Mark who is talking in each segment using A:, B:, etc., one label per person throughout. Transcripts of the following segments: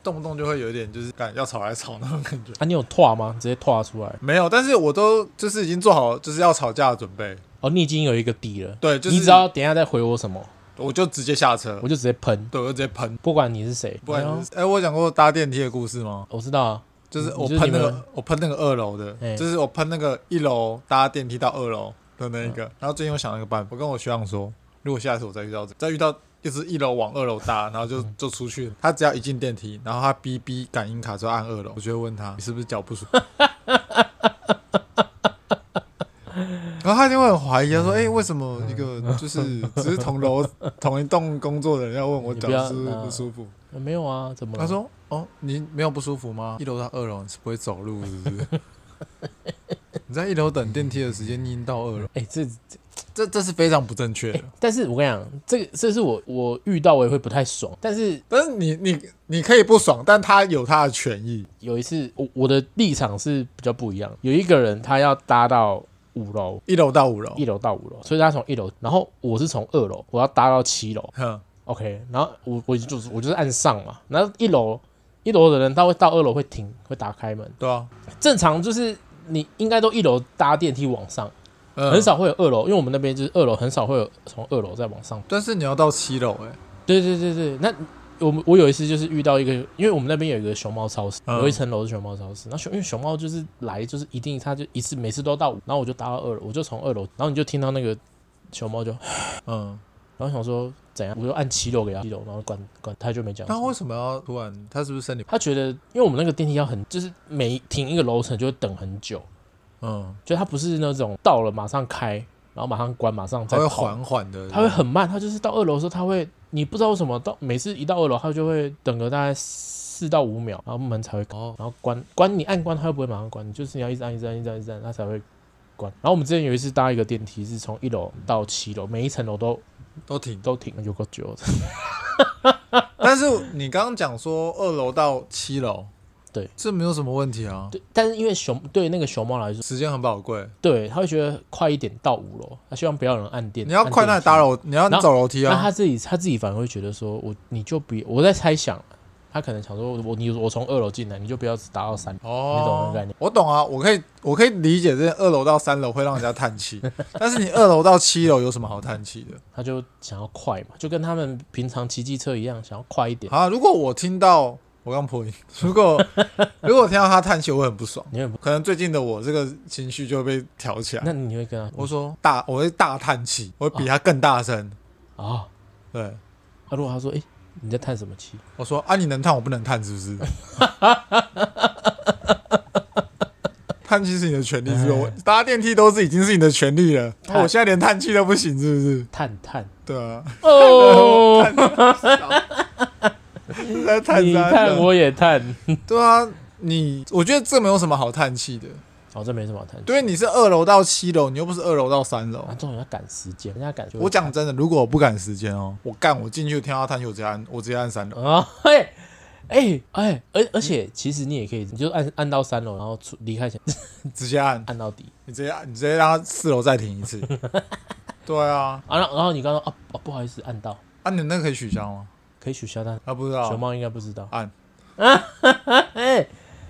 A: 动不动就会有点就是干要吵来吵那种感觉。
B: 啊，你有拓吗？直接拓出来。
A: 没有，但是我都就是已经做好就是要吵架的准备。
B: 哦，你已经有一个底了，
A: 对，就是
B: 你只要等一下再回我什么，
A: 我就直接下车，
B: 我就直接喷，
A: 对，我就直接喷。
B: 不管你是谁。
A: 不然
B: 哎呦
A: 就是，哎、我讲过搭电梯的故事吗？
B: 我知道啊，
A: 就是
B: 嗯
A: 我
B: 就是
A: 喷
B: 你
A: 那
B: 们
A: 个，我喷那个二楼的，
B: 哎
A: 就是我喷那个一楼搭电梯到二楼的那一
B: 嗯
A: 个。然后最近我想了个办法，我跟我学长说，如果下次我再遇到这，再遇到就是一楼往二楼搭，然后就
B: 嗯
A: 就出去了。他只要一进电梯，然后他哔哔感应卡之后按二楼，我就会问他你是不是脚不舒服。 然后他就会很怀
B: 嗯
A: 疑，他说：“哎、为什么一个就是只是同 楼同一栋工作的人要问我
B: 你
A: 脚
B: 不要
A: 是不是不
B: 嗯
A: 舒服？”
B: 呃没有啊，怎么了？
A: 他说：“哦，你没有不舒服吗？一楼到二楼你是不会走路是 不是？你在一楼等电梯的时间，你已经到二楼，
B: 哎、 这哎
A: 这这是非常不正确的。
B: 但是我跟你讲，这个这是我我遇到我也会不太爽。但是
A: 但是你你你可以不爽，但他有他的权益。
B: 有一次，我我的立场是比较不一样。有一个人他要搭到五楼，
A: 一楼到五楼
B: 一，楼到五楼，所以他从一楼，然后我是从二楼，我要搭到七楼。
A: 哼，
B: OK，然后我我就是我就是按上嘛，然后一楼一楼的人他会到二楼会停，会打开门。
A: 对啊，
B: 正常就是你应该都一楼搭电梯往上，
A: 嗯
B: 很。少会有二楼，因为我们那边就是二楼很少会有从二楼再往上
A: 但是你要到七楼，哎，
B: 对对对对，那我们我有一次就是遇到一个，因为我们那边有一个熊猫超市，
A: 嗯
B: 有一层楼是熊猫超市。那熊因为熊猫就是来就是一定，它就一次每次都到五，然后我就搭到二楼，我就从二楼，然后你就听到那个熊猫就，
A: 嗯，
B: 然后想说怎样，我就按七楼给它七楼，然后关关，它就没讲什
A: 那
B: 么。
A: 为什么要突然？他是不是身体？
B: 他觉得，因为我们那个电梯要很，就是每停一个楼层就会等很久，
A: 嗯，
B: 就它不是那种到了马上开，然后马上关，马上
A: 他
B: 再
A: 会
B: 跑
A: 缓缓的，
B: 他会很慢，他就是到二楼的时候，他会你不知道为什么到每次一到二楼，他就会等个大概四到五秒，然后门才会开，
A: 哦
B: 然后关关你按关，他又不会马上关，你就是你要一直按一直按一直按一直按，他才会关。然后我们之前有一次搭一个电梯，是从一楼到七楼，每一层楼都
A: 都停。
B: 都停，有够 久的。
A: 但是你刚刚讲说二楼到七楼，
B: 对，
A: 这没有什么问题啊，
B: 对，但是因为熊对那个熊猫来说，
A: 时间很宝贵。
B: 对他会觉得快一点到五楼，他希望不要有人按电，
A: 你要快那
B: 按电
A: 也
B: 梯
A: 打扰，你要
B: 然后
A: 走楼梯
B: 那
A: 啊
B: 他。自己他自己反而会觉得说，我你就比我在猜想，他可能想说我你我从二楼进来，你就不要只打到三楼。
A: 哦
B: 你懂那个概念
A: 我懂啊，我可以，我可以理解这二楼到三楼会让人家 叹气，但是你二楼到七楼有什么好叹气的？
B: 他就想要快嘛，就跟他们平常骑机车一样，想要快一点。
A: 啊，如果我听到我刚破音，如果 如果我听到他叹气，我会很不爽，
B: 你会不？
A: 可能最近的我这个情绪就会被挑起来。
B: 那你会跟他
A: 我说大，我会大叹气，我会比他更大声。
B: 啊、哦
A: 对，
B: 啊，如果他说，哎、你在叹什么气？
A: 我说啊，你能叹，我不能叹，是 不是？叹气是你的权利，是不是？我搭电梯都是已经是你的权利了，
B: 叹
A: 我现在连叹气都不行，是不是？
B: 叹 叹
A: 对啊，
B: 哦，嗯
A: 是 在叹
B: 你
A: 啥
B: 叹
A: 的？
B: 我也叹，
A: 对啊，你我觉得这没有什么好叹气的，
B: 哦，这没什么好叹。
A: 对，你是二楼到七楼，你又不是二楼到三楼
B: 啊，。这种要赶时间，人家赶就会
A: 我讲真的，如果我不赶时间哦，我干，我进去听到叹气，我直接按，我直接按三楼。
B: 啊，嘿。哎 哎，而而且其实你也可以，你就按按到三楼，然后出离开前
A: 直接按，
B: 按到底
A: 你直接按，你直接让他四楼再停 一次。对啊，
B: 啊。然后然后你刚刚啊啊不好意思按到，
A: 啊，你那个可以取消吗？
B: 可以取消，但
A: 啊，不知道，
B: 熊猫应该不知道。
A: 按
B: 哎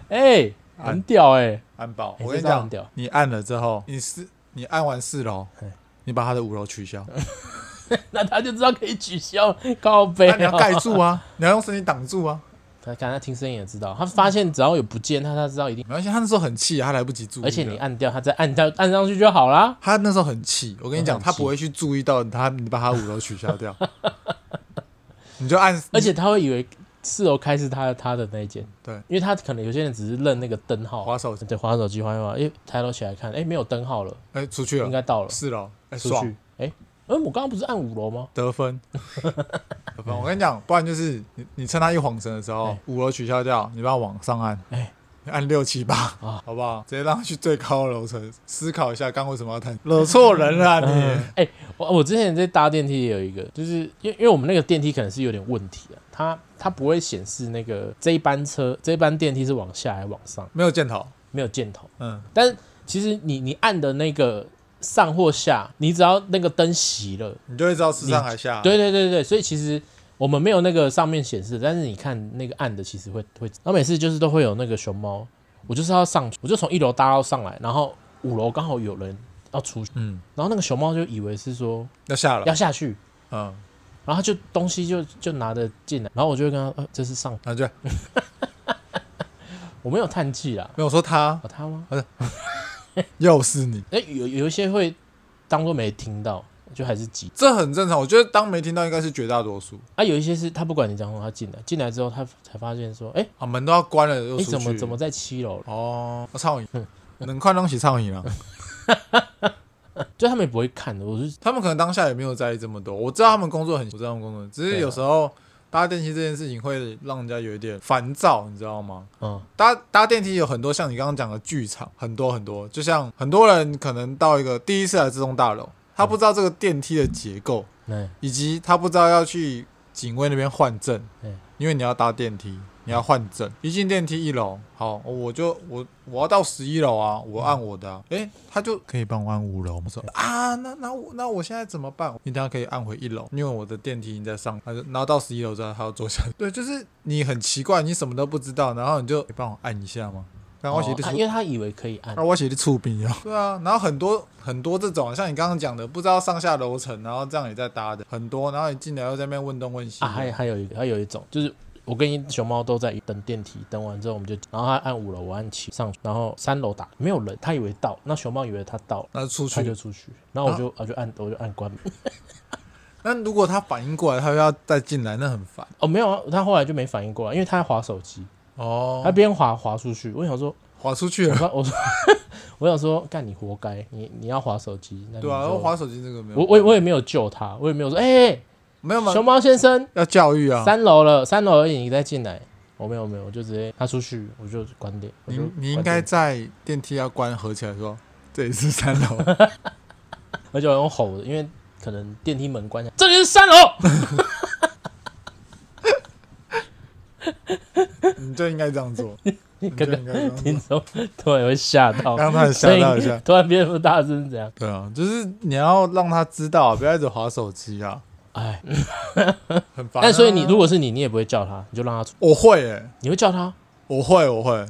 B: 哎，很屌哎，
A: 按爆！
B: 哎
A: 我跟你
B: 这招
A: 讲
B: 很屌，
A: 你按了之后，你四你按完四楼
B: 嘿，
A: 你把他的五楼 取消，啊
B: 那他就知道可以取消靠背
A: 那
B: 哦。
A: 你要盖住啊，你要用身体挡住啊。
B: 他刚才听声音也知道，他发现只要有不见他，他知道一定，
A: 没关系，他那时候很气，啊他来不及注意了。
B: 而且你按掉，他再按掉按上去就好啦。
A: 他那时候很气，我跟你讲，
B: 他很气
A: 他不会去注意到他，你把他五楼取消掉， 你就按，
B: 而且他会以为四楼开是他他的那一间，
A: 对
B: 因为他可能有些人只是认那个灯号，
A: 滑手机，
B: 对，滑手机滑一滑，哎，抬头起来看，哎，没有灯号了，
A: 哎，出去
B: 应
A: 了，
B: 该到了，
A: 四楼，哎，
B: 出
A: 爽
B: 去，，哎，嗯，我刚刚不是按五楼吗？
A: 得 分，得分。我跟你讲，不然就是你你趁他一晃神的时候
B: 哎，
A: 五楼取消掉，你把他往上按，
B: 哎
A: 你按六七八，
B: 啊
A: 好不好？直接让他去最高的楼层，思考一下刚为什么 要探，惹错人了啊你。
B: 哎、我我之前在搭电梯也有一个，就是因为因为我们那个电梯可能是有点问题啊，它它不会显示那个这一班车这一班电梯是往下还是往上，
A: 没有箭头，
B: 没有箭头。
A: 嗯，
B: 但是其实你你按的那个上或下，你只要那个灯熄了，
A: 你就会知道是上还下。
B: 对对对对，所以其实我们没有那个上面显示，但是你看那个暗的，其实会会，然后每次就是都会有那个熊猫，我就是要上去，我就从一楼搭到上来，然后五楼刚好有人要出去，
A: 嗯，
B: 然后那个熊猫就以为是说
A: 要下了
B: 要，下去，
A: 嗯，
B: 然后他就东西就就拿着进来，然后我就会跟他，呃，这是上，
A: 然后就
B: 我没有叹气啦，
A: 没有说他
B: 有他吗？
A: 又是你，
B: 哎、有有一些会当做没听到，就还是急
A: 这很正常。我觉得当没听到应该是绝大多数
B: 啊，有一些是他不管你讲什么，他进来，进来之后他才发现说，哎、
A: 啊，门都要关了又
B: 你
A: 出去，
B: 怎么怎么在七楼？
A: 哦，我操你，能看东西操你了。
B: 就他们也不会看的，我是
A: 他们可能当下也没有在意这么多。我知道他们工作很，我知道他们工作很，
B: 啊
A: 只是有时候搭电梯这件事情会让人家有一点烦躁，你知道吗？
B: 嗯
A: 搭搭电梯有很多像你刚刚讲的剧场，很多很多，就像很多人可能到一个第一次来这栋大楼，他不知道这个电梯的结构，
B: 那
A: 以及他不知道要去警卫那边换证
B: 嗯，
A: 因为你要搭电梯，你要换证。一进电梯一楼，好，我就我我要到十一楼啊，我按我的、啊，诶、他就可以帮我按五楼吗？我说啊，那那我那我现在怎么办？你等下可以按回一楼，因为我的电梯已经在上，他就然后到十一楼之后，他要坐下。 对，就是你很奇怪，你什么都不知道，然后你就你帮我按一下吗？刚我写
B: 哦
A: 的
B: 他因为他以为可以按
A: 啊，，我写的触笔啊。对啊，然后很多很多这种，像你刚刚讲的，不知道上下楼层，然后这样也在搭的很多，然后你进来又在那边问东问西的。
B: 啊，还还有一个，还有一种就是。我跟熊猫都在等电梯，等完之后我们就，然后他按五楼，我按七上去，然后三楼打没有人，他以为到，那熊猫以为他到了，
A: 那就出
B: 他就
A: 去。
B: 出去，然后我就、我就按我就按关门，
A: 那如果他反应过来，他又要再进来，那很烦。
B: 哦没有啊，他后来就没反应过来，因为他在划手机，他嗯
A: 哦，
B: 边划划出去，我想说，
A: 滑出去
B: 我
A: 了。
B: 说我说我想说，干你活该，你你要划手机，那你
A: 对啊，然
B: 就
A: 后滑手机这个没有。
B: 我我也我也没有救他，我也没有说，哎、
A: 没有嘛，
B: 熊猫先生，
A: 要教育啊。
B: 三楼了，三楼而已，你再进来。我没有没有，我就直接他出去，我就关店。
A: 你
B: 我就
A: 你应
B: 关
A: 该
B: 店，
A: 在电梯要关合起来说，这里是三楼。
B: 而且我用吼的，因为可能电梯门关起来，这里是三楼。
A: 你就应该这样做。
B: 你
A: 你就
B: 刚刚
A: 应该这样做。
B: 听众突然会吓到，
A: 刚刚他很吓到一
B: 声
A: 下
B: 音。突然变那么大声是怎样？
A: 对啊，就是你要让他知道，不要一直滑手机啊，
B: 哎，
A: 很烦啊。
B: 但哎所以你如果是你，你也不会叫他，你就让他出，
A: 我会诶，
B: 你会叫他，
A: 我会我会。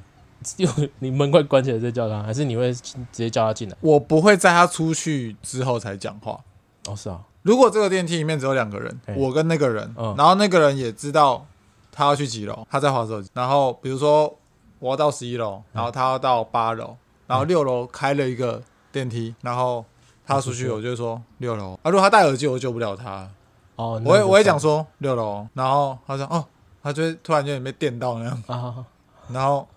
B: 你门快关起来再叫他，还是你会直接叫他进来？
A: 我不会在他出去之后才讲话。
B: 哦，是啊，
A: 如果这个电梯里面只有两个人
B: 嘿，
A: 我跟那个人，
B: 嗯
A: 然后那个人也知道他要去几楼，他在滑手机。然后比如说我要到十一
B: 嗯
A: 楼，然后他要到八楼，然后六楼开了一个电梯，然后他要出去，
B: 嗯
A: 我就说六楼。啊，如果他戴耳机，我救不了他。
B: 哦，那
A: 我会
B: 就
A: 我
B: 算
A: 会讲说六楼，然后他说哦，他就会突然间被电到那样，
B: 啊好，好
A: 然后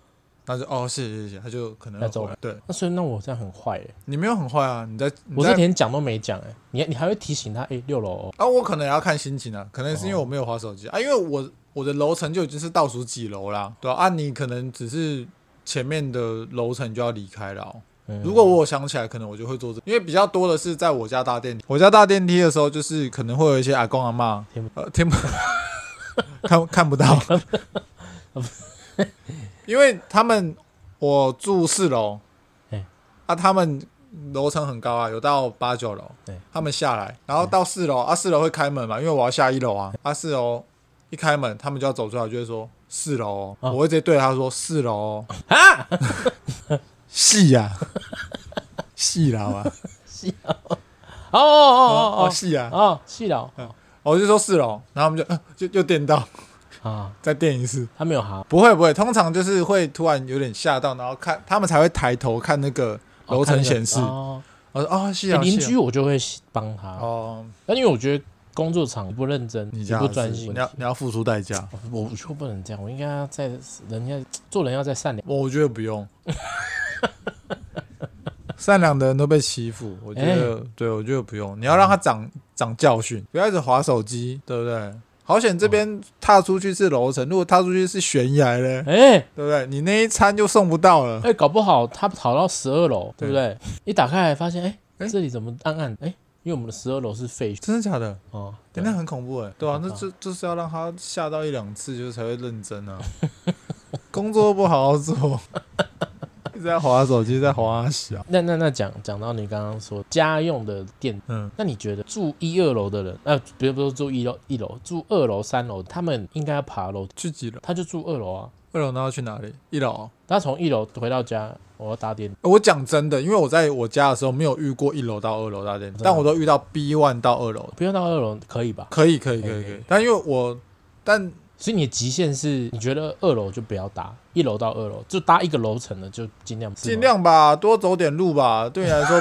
A: 他就哦谢谢谢谢，他就可能
B: 那
A: 会
B: 走
A: 回来对
B: 那所以那我这样很坏哎，
A: 你没有很坏啊，你在你
B: 我
A: 在
B: 是连讲都没讲哎，你你还会提醒他哎六楼哦，
A: 啊，我可能也要看心情啊，可能是因为我没有滑手机、啊，因为我我的楼层就已经是倒数几楼啦，对啊，啊你可能只是前面的楼层就要离开了哦、
B: 嗯
A: 如果我有想起来，可能我就会做这，因为比较多的是在我家搭电梯。我家搭电梯的时候，就是可能会有一些阿公阿妈
B: 听，
A: 呃，听不看看不到，因为他们我住四楼
B: 哎，
A: 啊，他们楼层很高啊，有到八九楼
B: 对，
A: 他们下来，然后到四楼啊，四楼会开门嘛，因为我要下一楼啊，啊，四楼一开门，他们就要走出来，就会说四楼哦，
B: 啊
A: 我会直接对他说四楼哦， 啊
B: 啊，
A: 细呀、细啦嘛。
B: 哦哦
A: 啊哦，
B: 哦
A: 是
B: 哦
A: 啊，
B: 哦，细佬
A: 我就说四楼，然后我们就、呃就就电到，
B: 啊，
A: 再电一次。
B: 他没有哈，
A: 不会不会，通常就是会突然有点吓到，然后看他们才会抬头看那个
B: 哦
A: 楼
B: 看
A: 层
B: 那个
A: 显示。
B: 哦
A: 我说哦，是
B: 哎
A: 啊，
B: 邻
A: 是啊
B: 居我就会帮他，
A: 哦，
B: 但因为我觉得工作场不认真，
A: 你
B: 你
A: 这样
B: 不
A: 子
B: 专心
A: 你，要你要付出代价。
B: 我我就不能这样，我应该要在人家做人要在善良。
A: 我我觉得不用，善良的人都被欺负，我觉得、
B: 哎
A: 对，我觉得不用。你要让
B: 嗯
A: 他长、长教训，不要一直划手机，对不对？好险这
B: 哦
A: 边踏出去是楼层，如果踏出去是悬崖嘞，
B: 哎
A: 对不对？你那一餐就送不到了。
B: 哎，搞不好他跑到十二楼，对
A: 对
B: 不对？一打开来发现，哎，
A: 哎
B: 这里怎么暗暗？哎，因为我们的十二楼是废墟
A: 真的假的？
B: 哦，
A: 欸、
B: 对
A: 那很恐怖哎、对啊，
B: 很
A: 那
B: 可怕
A: 就就是要让他吓到一 两次，就才会认真啊。工作不好好做，一直在滑手机，在滑小。
B: 那那那讲讲到你刚刚说家用的电，
A: 嗯，
B: 那你觉得住一二楼的人，呃，比如不是住一楼一楼，住二楼三楼，他们应该要爬楼梯，
A: 去几楼？
B: 他就住二楼啊。
A: 二楼，然后去哪里？一楼哦。
B: 他从一楼回到家，我要搭电梯，
A: 呃我讲真的，因为我在我家的时候没有遇过一楼到二楼大电梯，
B: 真的
A: 但我都遇到 B one 到二楼的。
B: 不用到二楼可以吧？
A: 可以，可以，可以，可以。但因为我，但
B: 所以你的极限是，你觉得二楼就不要搭，一楼到二楼就搭一个楼层的，就尽量是吗
A: 尽。量吧，多走点路吧。对你来说，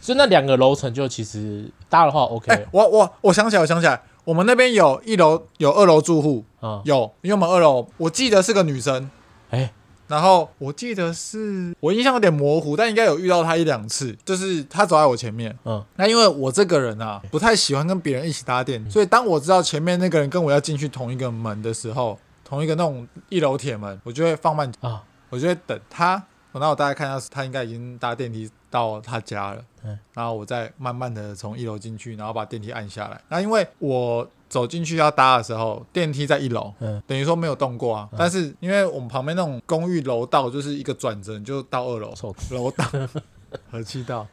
B: 所以那两个楼层就其实搭的话 OK
A: 哎、我我我想起来，我想起来，我们那边有一楼有二楼住户，
B: 啊、嗯，
A: 有，因为我们二楼我记得是个女生，
B: 哎
A: 然后我记得是我印象有点模糊，但应该有遇到她一两次，就是她走在我前面。
B: 嗯，
A: 那因为我这个人啊，不太喜欢跟别人一起搭电梯，所以当我知道前面那个人跟我要进去同一个门的时候，同一个那种一楼铁门，我就会放慢，
B: 啊，
A: 我就会等他。然后我大概看一下，他应该已经搭电梯到他家了。
B: 嗯，
A: 然后我再慢慢的从一楼进去，然后把电梯按下来。那因为我走进去要搭的时候，电梯在一楼，
B: 嗯，
A: 等于说没有动过啊。但是因为我们旁边那种公寓楼道就是一个转折，你就到二楼
B: 臭屁
A: 楼道和气道，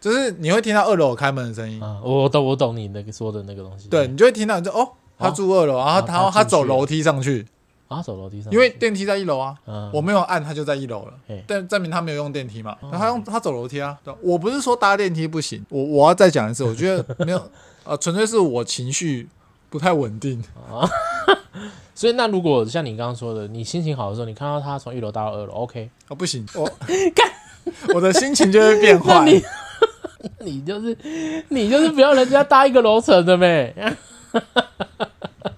A: 就是你会听到二楼有开门的声音，
B: 啊，我懂我懂你那个说的那个东西。
A: 对你就会听到你就哦，他住二楼，然后
B: 哦
A: 他然后
B: 他
A: 他
B: 进去
A: 走
B: 了
A: 楼梯上去，
B: 啊，走楼梯上去，
A: 因为电梯在一楼啊。
B: 嗯，
A: 我没有按，他就在一楼了
B: 嘿，嗯
A: 但证明他没有用电梯嘛，然后他用他走楼梯啊。对我不是说搭电梯不行，我我要 再讲一次，我觉得没有，呃，纯粹是我情绪不太稳定。
B: 所以那如果像你刚刚说的，你心情好的时候，你看到他从一楼搭到二楼，OK，
A: 啊，不行， 我 我的心情就会变坏。
B: 你 你就是你就是不要人家搭一个楼层的呗。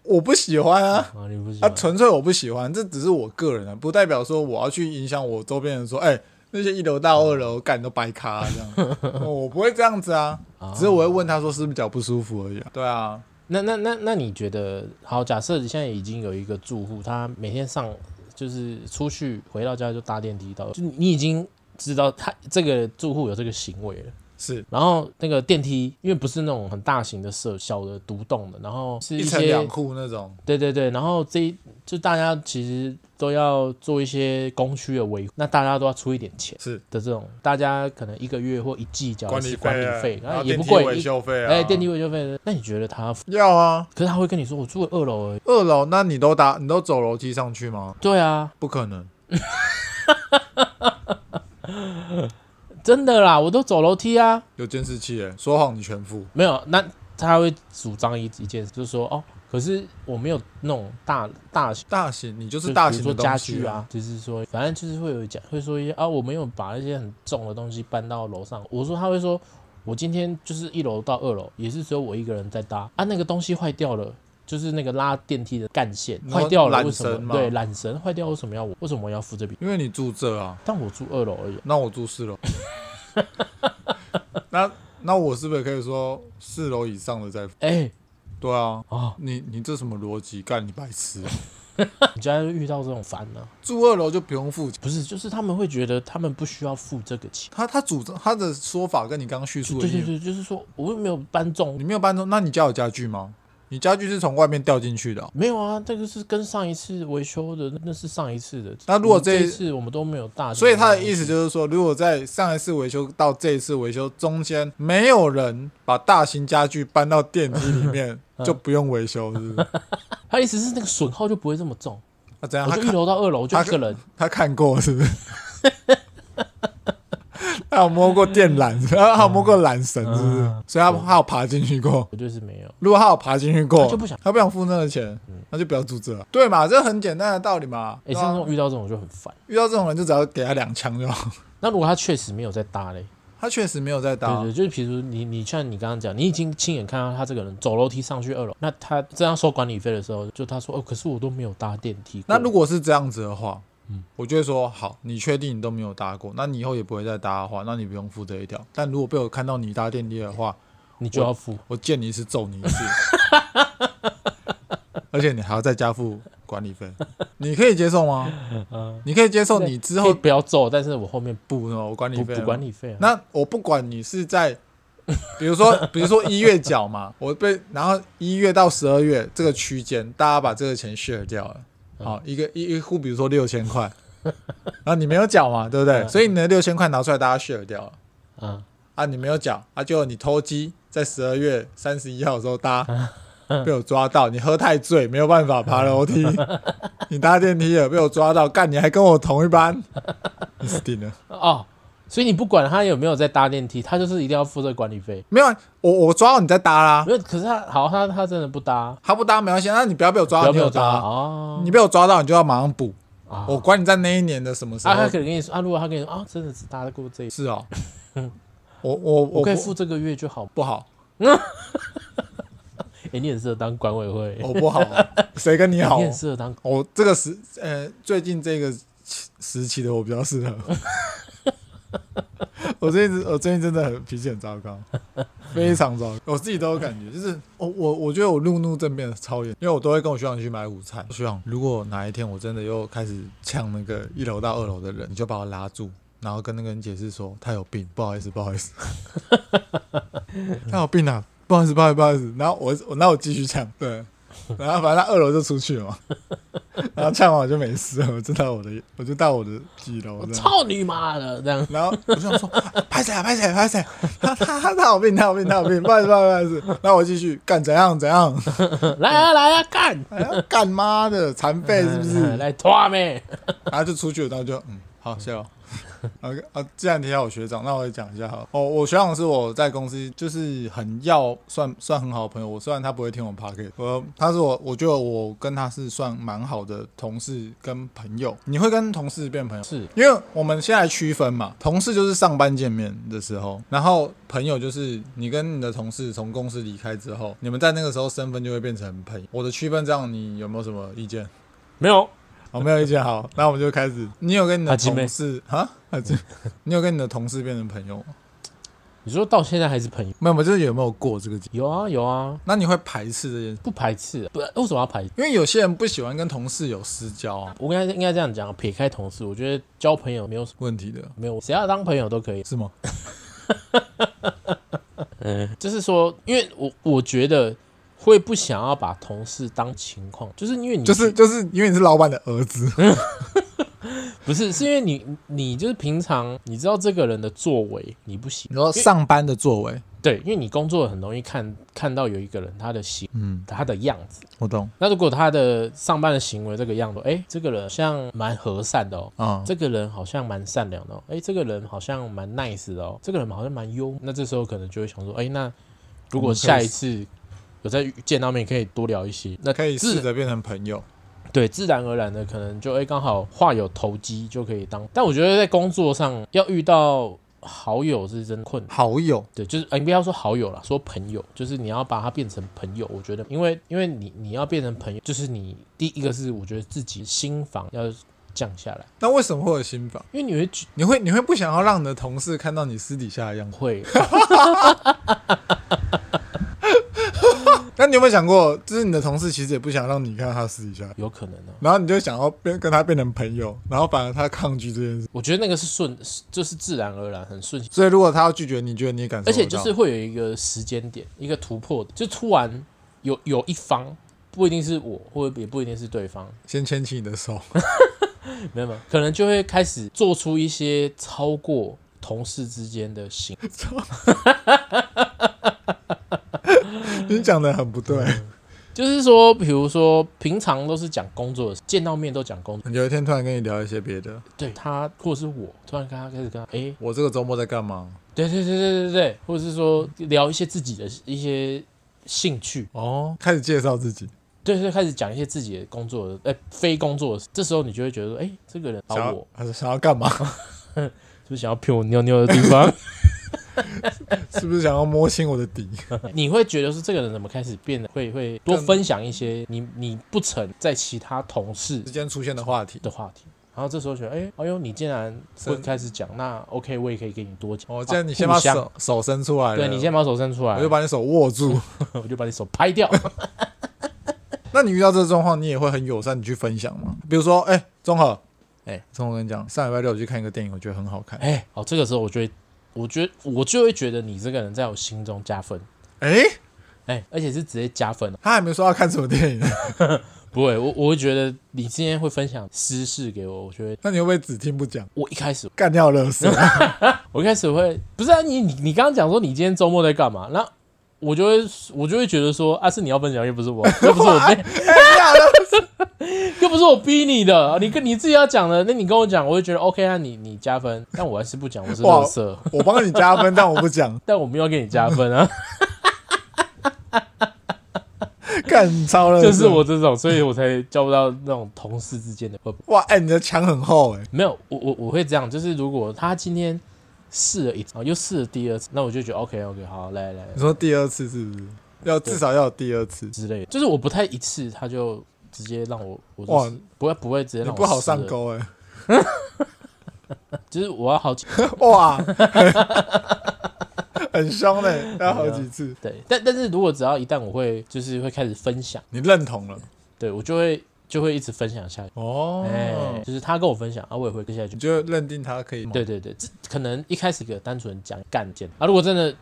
A: 我不喜欢啊，
B: 啊，你不喜
A: 啊，
B: 欢
A: 纯粹我不喜欢，这只是我个人啊，不代表说我要去影响我周边人说，哎、那些一楼到二楼干都白咖、啊、这 样、哦我不会这样子啊，
B: 啊
A: 只是我会问他说是不是脚不舒服而已、啊。对啊，
B: 那那那那你觉得，好，假设你现在已经有一个住户，他每天上就是出去回到家就搭电梯到，就你已经知道他这个住户有这个行为了。
A: 是
B: 然后那个电梯，因为不是那种很大型的社小的独栋的，然后是
A: 一层
B: 些
A: 两户那种。
B: 对对对，然后这一就大家其实都要做一些供需的维护，那大家都要出一点钱
A: 是
B: 的这种，大家可能一个月或一季交一次管理费，
A: 啊然后
B: 也不
A: 电梯
B: 贵，
A: 维
B: 一
A: 修费啊，
B: 哎，电梯维修费。那你觉得他？
A: 要啊。
B: 可是他会跟你说，我住二楼而已。
A: 二楼，那你都打，你都走楼梯上去吗？
B: 对啊，
A: 不可能，
B: 真的啦，我都走楼梯啊。
A: 有监视器哎，说谎你全付。
B: 没有，那他会主张一一件事，就是说，哦，可是我没有那种大大型。
A: 大型，你就
B: 就是
A: 大
B: 比如
A: 型
B: 说
A: 的
B: 家
A: 东西
B: 具，啊，就是说，反正就是会有讲，会说一些啊，我没有把一些很重的东西搬到楼上。我说他会说，我今天就是一楼到二楼，也是只有我一个人在搭啊，那个东西坏掉了。就是那个拉电梯的干线
A: 你说
B: 坏掉了，
A: 缆
B: 为什
A: 绳
B: 么？
A: 吗
B: 对，缆绳坏掉，为什么要我？为什么我要付这笔？
A: 因为你住这啊，
B: 但我住二楼而已，
A: 那我 住四楼，那那我是不是可以说四楼以上的再付？
B: 哎、
A: 对啊，
B: 哦，
A: 你你这什么逻辑？干你白痴、啊！
B: 你家就遇到这种烦呢、
A: 住二楼就不用付钱。
B: 不是，就是他们会觉得他们不需要付这个钱。
A: 他他主张他的说法跟你刚刚叙述的
B: 对
A: 一
B: 对
A: 样。
B: 对，就是说我又没有搬重
A: 你没有搬走，那你家有家具吗？你家具是从外面掉进去的哦、
B: 没有啊，这个是跟上一次维修的，那是上一次的。
A: 那如果
B: 我们
A: 这
B: 这次我们都没有大，
A: 所以他的意思就是说，如果在上一次维修到这一次维修中间，没有人把大型家具搬到电梯里 面，就不用维修，是不
B: 嗯
A: 是？
B: 他意思是那个损耗就不会这么重。
A: 他怎样？
B: 我
A: 啊他
B: 就一
A: 看
B: 楼到二楼就一个人，
A: 他看过 是不是？他有摸过电缆，他有摸过缆绳，是不是
B: 嗯？
A: 所以他他有爬进去过。
B: 我就是没有。
A: 如果他有爬进去过，
B: 他就不想嗯
A: 他不想付那个钱，那就不要住这了，对嘛？这很简单的道理嘛。
B: 哎、
A: 对啊
B: 像这种遇到这种我就很烦。
A: 遇到这种人，就只要给他两枪就好。
B: 那如果他确实没有在搭嘞，
A: 他确实没有在打
B: 对，对，就是比如你你像你刚刚讲，你已经亲眼看到他这个人走楼梯上去二楼，那他这样收管理费的时候，就他说哦，可是我都没有搭电梯过。
A: 那如果是这样子的话，
B: 嗯
A: 我就会说好，你确定你都没有搭过，那你以后也不会再搭的话，那你不用付这一条。但如果被我看到你搭电梯的话，
B: 你就要付，
A: 我见你一次揍你 一次，而且你还要再加付管理费，你可以接 受吗？你可以接受你之
B: 啊可以
A: 后
B: 不要揍，但是我后面
A: 补呢我管理
B: 补
A: 费
B: 补
A: 吗，
B: 管理费啊。
A: 那我不管你是在， 比如说，比如说一月缴嘛，我被然后一月到十二
B: 嗯
A: 月这个区间，大家把这个钱 share 掉了，好，一个一一户，比如说六千块，然后你没有缴嘛，对不对？
B: 嗯
A: 所以你的六千块拿出来，大家 share 掉了
B: 嗯，
A: 啊，你没有缴啊，就你偷鸡，在十二月三十一号的时 候，大
B: 嗯
A: 家被我抓到，你喝太醉，没有办法爬 楼梯，你搭电梯了，被我抓到，干，你还跟我同一班，你死定了。
B: 哦，所以你不管他有没有在搭电梯，他就是一定要付这个管理费。
A: 没有啊，我我抓到你再搭啦，
B: 没有，可是他好，他他真的不搭，
A: 他不搭没关系，那你不要被我抓
B: 不
A: 到，
B: 要
A: 你
B: 被
A: 有
B: 我抓
A: 搭，哦
B: 哦。
A: 你被我抓到，你就要马上补。
B: 啊
A: 我管你在那一年的什么 时
B: 啊，
A: 候
B: 他可能跟你说啊，如果他跟你说啊，真的只搭得过这一，
A: 是哦，我我
B: 我
A: 我
B: 可以
A: 不
B: 付这个月就好。
A: 不好，
B: 哎，你很适合当管委会，
A: 我不好啊，谁跟你好
B: 你？很适合当
A: 我这个时呃，最近这个期时期的我比较适合。 我最近我最近真的很脾气很糟糕，非常糟糕，我自己都有感觉，就是我我我觉得我路怒症变得超严，因为我都会跟我学长去买午餐。学长，如果哪一天我真的又开始呛那个一楼到二楼的人，你就把我拉住，然后跟那个人解释说他有病，不好意思，不好意思， 他有病啊，不好意思，不好意思，不好意思。然后我我那我继续呛，对，然后反正他二楼就出去了嘛， 然后呛完我就没事了，我就到我的我就到我的几楼
B: 我
A: 这样。
B: 操你妈的这样。
A: 然后我就想说，拍谁啊，拍谁啊，拍谁啊？ 他他他他有病，他有病，他有病，不好意思，不好意思。 不好意思然后我继续干，怎样怎样？
B: 来啊来啊干！嗯
A: 哎呀干妈的残废哎是不是？
B: 来拖妹，
A: 然后就出去了，然后就嗯，好，谢 了。啊啊！既然提到我学长，那我也讲一下好了。哦，我学长是我在公司就是很要算算很好的朋友。我虽然他不会听我 p o c a s t 我他是我，我觉得我跟他是算蛮好的同事跟朋友。你会跟同事变朋友？
B: 是
A: 因为我们现在区分嘛，同事就是上班见面的时候，然后朋友就是你跟你的同事从公司离开之后，你们在那个时候身份就会变成朋友。我的区分这样，你有没有什么意见？
B: 没有
A: 好，哦没有意见。好，那我们就开始。你有跟你的
B: 阿基
A: 同
B: 妹
A: 事啊？阿基你有跟你的同事变成朋友吗？
B: 你说到现在还是朋友？
A: 没有，没有，就是有没有过这个节？
B: 有啊有啊，
A: 那你会排斥这件事？
B: 不排斥，不为什么要排？
A: 因为有些人不喜欢跟同事有私交啊，
B: 我应该应该这样讲，撇开同事，我觉得交朋友没有什么
A: 问题的
B: 没有，谁要当朋友都可以。
A: 是吗？
B: 嗯，就是说，因为我我觉得会不想要把同事当情况，就是因为你
A: 就是就是因为你是老板的儿子，
B: 不是是因为你你就是平常你知道这个人的作为你不行，
A: 你说上班的作为，
B: 对，因为你工作很容易看看到有一个人他的行
A: 嗯，
B: 他的样子。
A: 我懂
B: 那如果他的上班的行为这个样子，哎，这个人好像蛮和善的哦，
A: 啊、
B: 这个人好像蛮善良的哦，哎，这个人好像蛮 nice 的哦，这个人好像蛮幽默。那这时候可能就会想说，哎，那如
A: 我
B: 果
A: 们可以
B: 下一次有再见到面，可以多聊一些，那
A: 可以
B: 自
A: 试着变成朋友。
B: 对自然而然的可能就哎刚好话有投机就可以当。但我觉得在工作上要遇到好友是真困难。
A: 好友
B: 对，就是哎，你不要说好友啦，说朋友，就是你要把它变成朋友。我觉得，因为因为你你要变成朋友，就是你第一个是我觉得自己心房要降下来，
A: 那为什么会有心法？
B: 因为你会觉
A: 你会你会不想要让你的同事看到你私底下的样子？
B: 会
A: 那你有没有想过，就是你的同事其实也不想让你看到他私底下
B: 有可能啊。
A: 然后你就想要变跟他变成朋友，然后反而他抗拒这件事。
B: 我觉得那个是顺，就是自然而然，很顺其
A: 所以如果他要拒绝你，觉得你也感受
B: 而
A: 得到，
B: 且就是会有一个时间点，一个突破点，就突然有有一方，不一定是我，或者也不一定是对方，
A: 先牵起你的手，
B: 没有没有，可能就会开始做出一些超过同事之间的行为。
A: 你讲的很不对。
B: 嗯就是说，比如说平常都是讲工作的事，见到面都讲工作。
A: 有一天突然跟你聊一些别的，
B: 对他，或者是我突然跟他开始跟他，哎、
A: 我这个周末在干嘛？
B: 对对对对对对，或者是说聊一些自己的一些兴趣，
A: 哦，开始介绍自己，
B: 对对，开始讲一些自己的工作的，哎、非工作的事。这时候你就会觉得说，哎、这个人把
A: 想要
B: 我
A: 还是想要 干嘛？
B: 是不是想要骗我尿尿的地方？
A: 是不是想要摸清我的底？
B: 你会觉得说这个人怎么开始变得会会多分享一些你你不曾在其他同事
A: 之间出现的话题，
B: 的话题。然后这时候觉得，哎、哎呦，你竟然会开始讲，那 OK，我也可以给你多讲。
A: 哦，这样你
B: 啊
A: 先把
B: 互相
A: 手哎手伸出来了，
B: 对你先把手伸出来，
A: 我就把你手握住。
B: 我就把你手拍掉。
A: 那你遇到这个状况，你也会很友善，你去分享吗？比如说，哎，综合，
B: 哎，
A: 综合跟你讲，上礼拜六我去看一个电影，我觉得很好看。
B: 哎，好，这个时候我就会，我觉得我就会觉得你这个人在我心中加分，
A: 哎，
B: 哎，而且是直接加分哦。
A: 他还没说要看什么电影，
B: 不会，我我会觉得你今天会分享私事给我，我觉得
A: 那你会不会只听不讲，
B: 我一开始
A: 干掉乐色？
B: 我一开始会不是啊，你你你刚刚讲说你今天周末在干嘛，那我就会我就会觉得说啊，是你要分享，又不是我， 又不是我逼，又不是我逼你的，你跟你自己要讲的，那你跟我讲，我会觉得 OK 啊，你你加分，但我还是不讲，我是
A: 哇
B: 乐色，
A: 我帮你加分，但我不讲，
B: 但我没有给你加分啊，
A: 干超乐色。
B: 就是我这种，所以我才交不到那种同事之间的会
A: 哇，哎、你的墙很厚哎、
B: 没有，我我我会这样，就是如果他今天试了一次，哦又试了第二次，那我就觉得 OK OK，好，来来来
A: 你说第二次是不是？要至少要有第二次，
B: 之类的，就是我不太一次他就直接让我，我就
A: 哇
B: 是不会不会直接
A: 你
B: 让我
A: 不好
B: 试
A: 上
B: 了，
A: 钩哎、
B: 就是我要好几
A: 哇，很 凶嘞、要
B: 哎
A: 好几次，
B: 对，但但是如果只要一旦我会就是会开始分享，
A: 你认同了
B: 对我就会就会一直分享下去，
A: 哦
B: 哎、就是他跟我分享啊，我也会跟下去
A: 你，就认定他可以吗？
B: 对对对，这可能一开始个单纯讲干见啊，如果真的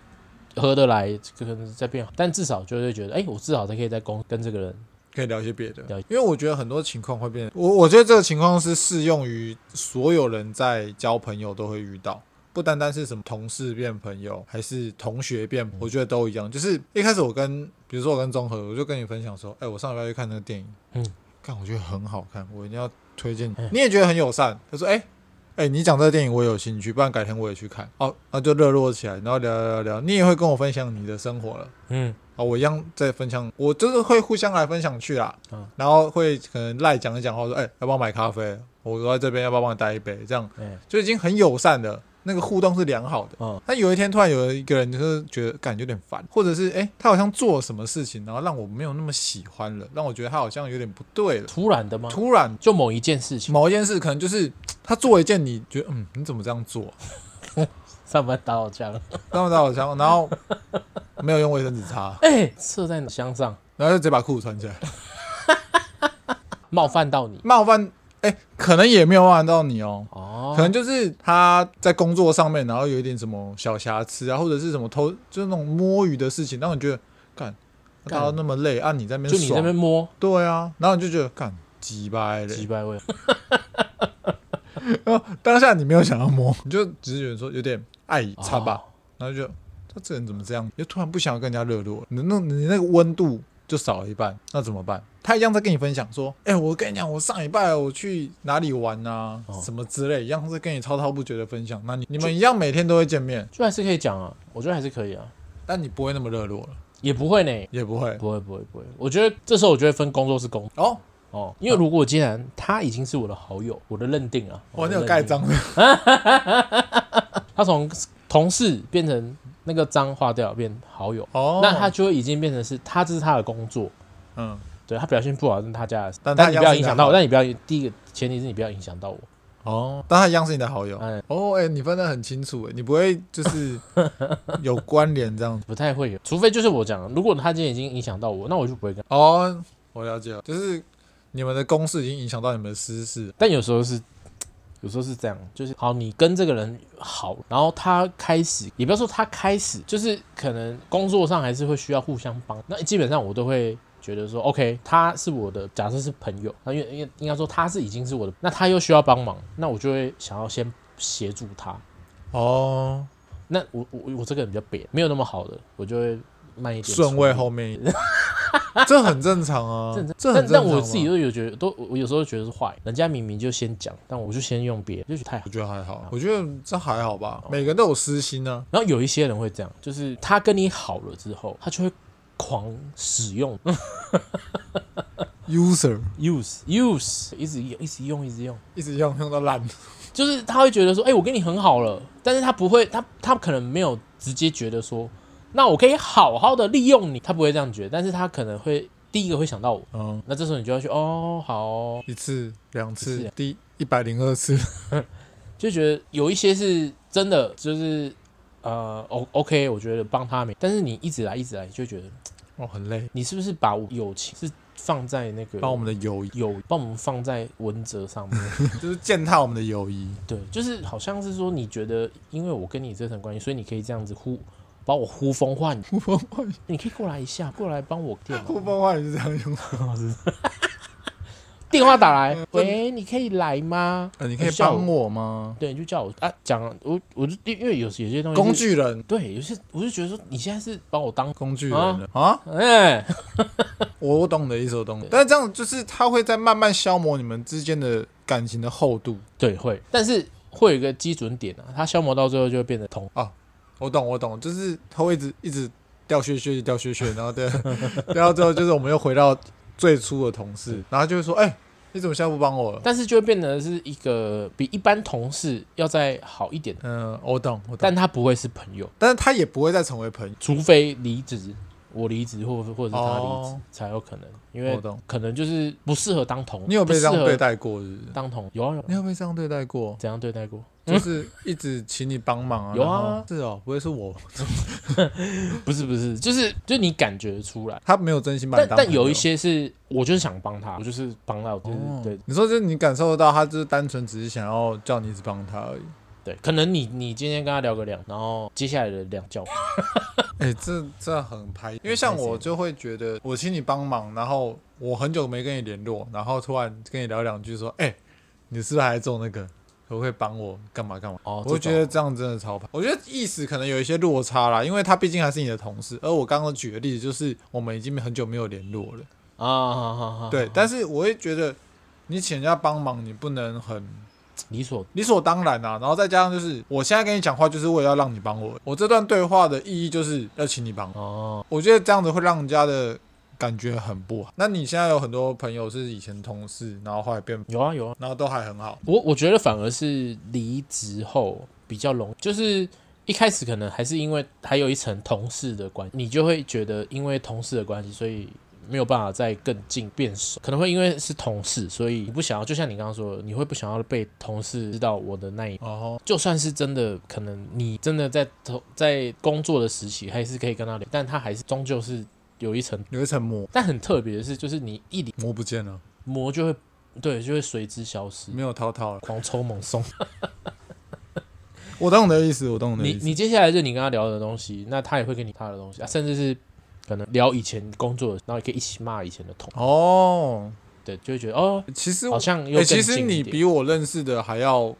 B: 合得来，可能再变好，但至少就会觉得，哎、我至少才可以在公跟这个人
A: 可以聊一些别的
B: 了解，
A: 因为我觉得很多情况会变，我我觉得这个情况是适用于所有人在交朋友都会遇到，不单单是什么同事变朋友，还是同学变，
B: 嗯
A: 我觉得都一样。就是一开始我跟，比如说我跟综合，我就跟你分享说，哎、我上礼拜去看那个电影，
B: 嗯，
A: 看我觉得很好看，我一定要推荐你
B: 嗯，
A: 你也觉得很友善，他说，哎、哎、你讲这个电影我有兴趣，不然改天我也去看。哦，那就热络起来，然后聊聊聊聊，你也会跟我分享你的生活了。
B: 嗯，
A: 啊，我一样在分享，我就是会互相来分享去啦，
B: 嗯
A: 然后会可能赖讲一讲话，说，哎、要不要买咖啡？我在这边要不要帮你带一杯？这样
B: 哎、
A: 就已经很友善的，那个互动是良好的。
B: 嗯
A: 但有一天突然有一个人就是觉得感觉有点烦，或者是哎、他好像做了什么事情，然后让我没有那么喜欢了，让我觉得他好像有点不对了。
B: 突然的吗？
A: 突然
B: 就某一件事情，
A: 某一件事，可能就是他做了一件你觉得嗯你怎么这样做、啊？
B: 上班打火枪，
A: 让我在我想，然后没有用卫生纸擦，
B: 哎、射在箱上，
A: 然后就直接把裤子穿起来。
B: 冒犯到你
A: 冒犯，哎、可能也没有冒犯到你哦，
B: 哦，
A: 可能就是他在工作上面，然后有一点什么小瑕疵啊，或者是什么偷，就是那种摸鱼的事情，让你觉得，干，
B: 干
A: 他那么累啊，你在那
B: 就
A: 边
B: 你那
A: 爽，
B: 边摸
A: 对啊，然后你就觉得，干，鸡掰
B: 几
A: 嘞，
B: 百位，
A: 然后哦当下你没有想要摸， 你就只是觉得说有点碍眼，
B: 哦
A: 差吧，然后就觉得他这人怎么这样，你就突然不想要跟人家热络，你那你那个温度就少了一半，那怎么办？他一样在跟你分享说，哎、我跟你讲，我上礼拜我去哪里玩啊，
B: 哦
A: 什么之类，一样是跟你滔滔不绝的分享。那你你们一样每天都会见面，
B: 就还是可以讲啊，我觉得还是可以啊，
A: 但你不会那么热络了，
B: 也不会呢，
A: 也不会
B: 不会不会不会，我觉得这时候我就会分工作是工
A: 哦，
B: 哦，因为如果既然他已经是我的好友，我的认定啊，
A: 哇，
B: 的
A: 那有
B: 认
A: 盖
B: 定，
A: 章的，
B: 他从同事变成那个脏划掉变好友，
A: 哦，
B: 那他就会已经变成是他这是他的工作，
A: 嗯，
B: 对他表现不好那是他家的事，
A: 但他
B: 但你不要
A: 一样是
B: 影
A: 他
B: 响到我，
A: 好
B: 但你不要第一个前提是你不要影响到我，
A: 哦，但他一样是你的好友。
B: 嗯
A: 哦，哎、你分得很清楚，哎你不会就是 有关联这样子。
B: 不太会有，除非就是我讲，如果他今天已经影响到我，那我就不会跟。
A: 哦，我了解了，就是你们的公事已经影响到你们的私事。
B: 但有时候是，有时候是这样，就是好，你跟这个人好，然后他开始，也不要说他开始，就是可能工作上还是会需要互相帮。那基本上我都会。觉得说，OK，他是我的，假设是朋友，那因为因为应该说他是已经是我的，那他又需要帮忙，那我就会想要先协助他。
A: 哦，
B: 那我我我这个人比较扁，没有那么好的，我就会慢一点处理。
A: 顺位后面， 这很正常啊，
B: 正常
A: 这
B: 但
A: 很正
B: 但
A: 常。
B: 我自己，都有觉得，都我有时候觉得是坏，人家明明就先讲，但我就先用别人，就觉得太好
A: 我。觉得还好，啊我觉得这还好吧，每个人都有私心啊呢、
B: 然后有一些人会这样，就是他跟你好了之后，他就会狂使用嗯
A: 啊。User
B: use use，一直用一直用一直用，
A: 一直用用到烂，
B: 就是他会觉得说，哎、我跟你很好了，但是他不会，他他可能没有直接觉得说，那我可以好好的利用你，他不会这样觉得，但是他可能会第一个会想到我，
A: 嗯，
B: 那这时候你就要去哦，好哦
A: 一次、两
B: 一
A: 次
B: 次，
A: 第一百零二次，
B: 就觉得有一些是真的，就是呃，O OK，我觉得帮他没，但是你一直来一直来，你就觉得
A: 哦，很累，
B: 你是不是把友情是放在那个
A: 把我们的友谊
B: 友把我们放在文哲上面？
A: 就是践踏我们的友谊，
B: 对，就是好像是说你觉得，因为我跟你这层关系，所以你可以这样子呼把我呼风唤雨，
A: 呼风唤雨，
B: 你可以过来一下，过来帮我电脑
A: 呼风唤雨是这样用的，
B: 电话打
A: 嗯
B: 来，喂，你可以来吗？
A: 呃，你可以
B: 叫
A: 帮我吗？
B: 对，你就叫我啊，讲我，我就因为有有些东西是
A: 工，具人，
B: 对，有些我就觉得说你现在是把我当，
A: 工具人了啊！
B: 哎、
A: 我我懂你的意思，我懂你。但这样就是他会在慢慢消磨你们之间的感情的厚度。
B: 对，会，但是会有一个基准点啊，它消磨到最后就会变得通。
A: 我懂，我懂，就是他会一直一直掉屑屑，掉屑屑，然 后对，然后最后就是我们又回到最初的同事，然后就会说，哎、你怎么现在不帮我了？
B: 但是就会变得是一个比一般同事要再好一点的，
A: 嗯，我懂，我懂。
B: 但他不会是朋友，
A: 但是他也不会再成为朋友。
B: 除非离职，我离职或或者是他离职
A: 哦
B: 才有可能，因
A: 我
B: 为
A: 懂。
B: 可能就是不适合当同，
A: 你有被这样对
B: 待？
A: 待过是不是？
B: 当同有啊有啊
A: 你有被这样对待过？
B: 怎样对待过？
A: 就是一直请你帮忙啊？
B: 嗯有啊
A: 然后是哦，不会是我，
B: 不是不是，就是就你感觉得出来，
A: 他没有真心把你
B: 但
A: 当
B: 但
A: 朋友
B: 有一些是我就是想帮他，我就是帮他，我就是、对
A: 你说就是你感受得到，他就是单纯只是想要叫你一直帮他而已。
B: 对，可能你你今天跟他聊个两，然后接下来的两叫
A: 哎、这这很拍，因为像我就会觉得，我请你帮忙，然后我很久没跟你联络，然后突然跟你聊两句，说，哎、你是不是还中那个？可不可以帮我干嘛干嘛？
B: 哦，
A: 我就
B: 这
A: 觉
B: 种
A: 得这样真的超拍。我觉得意思可能有一些落差啦，因为他毕竟还是你的同事，而我刚刚举的例子就是我们已经很久没有联络了。
B: 啊，好好好，
A: 对
B: 好，
A: 但是我会觉得你请人家帮忙，你不能很
B: 理所
A: 理所当然啊。然后再加上就是，我现在跟你讲话，就是为了要让你帮我。我这段对话的意义就是要请你帮我。
B: 哦，
A: 我觉得这样子会让人家的感觉很不好。那你现在有很多朋友是以前同事，然后后来变，
B: 有啊有啊，
A: 然后都还很好。
B: 我我觉得反而是离职后比较容易，就是一开始可能还是因为还有一层同事的关系，你就会觉得因为同事的关系，所以没有办法再更近变熟，可能会因为是同事，所以你不想要，就像你刚刚说的，你会不想要被同事知道我的那一面。
A: 哦，
B: 就算是真的，可能你真的在投在工作的时期，还是可以跟他聊，但他还是终究是有一层。
A: 有一层膜
B: 但很特别的是，就是你一离
A: 膜不见了，
B: 膜就会对，就会随之消失，
A: 没有涛涛了。
B: 狂抽猛送。
A: 我懂你的意思，我懂你的
B: 你
A: 意思。
B: 你接下来就你跟他聊的东西，那他也会跟你他的东西啊，甚至是可能聊以前工作，然后也可以一起骂以前的同，
A: 哦，
B: 对，就会觉得哦，
A: 其实我
B: 好，像又
A: 哎、
B: 更近
A: 其
B: 一点。
A: 实你比嗯我认识的还要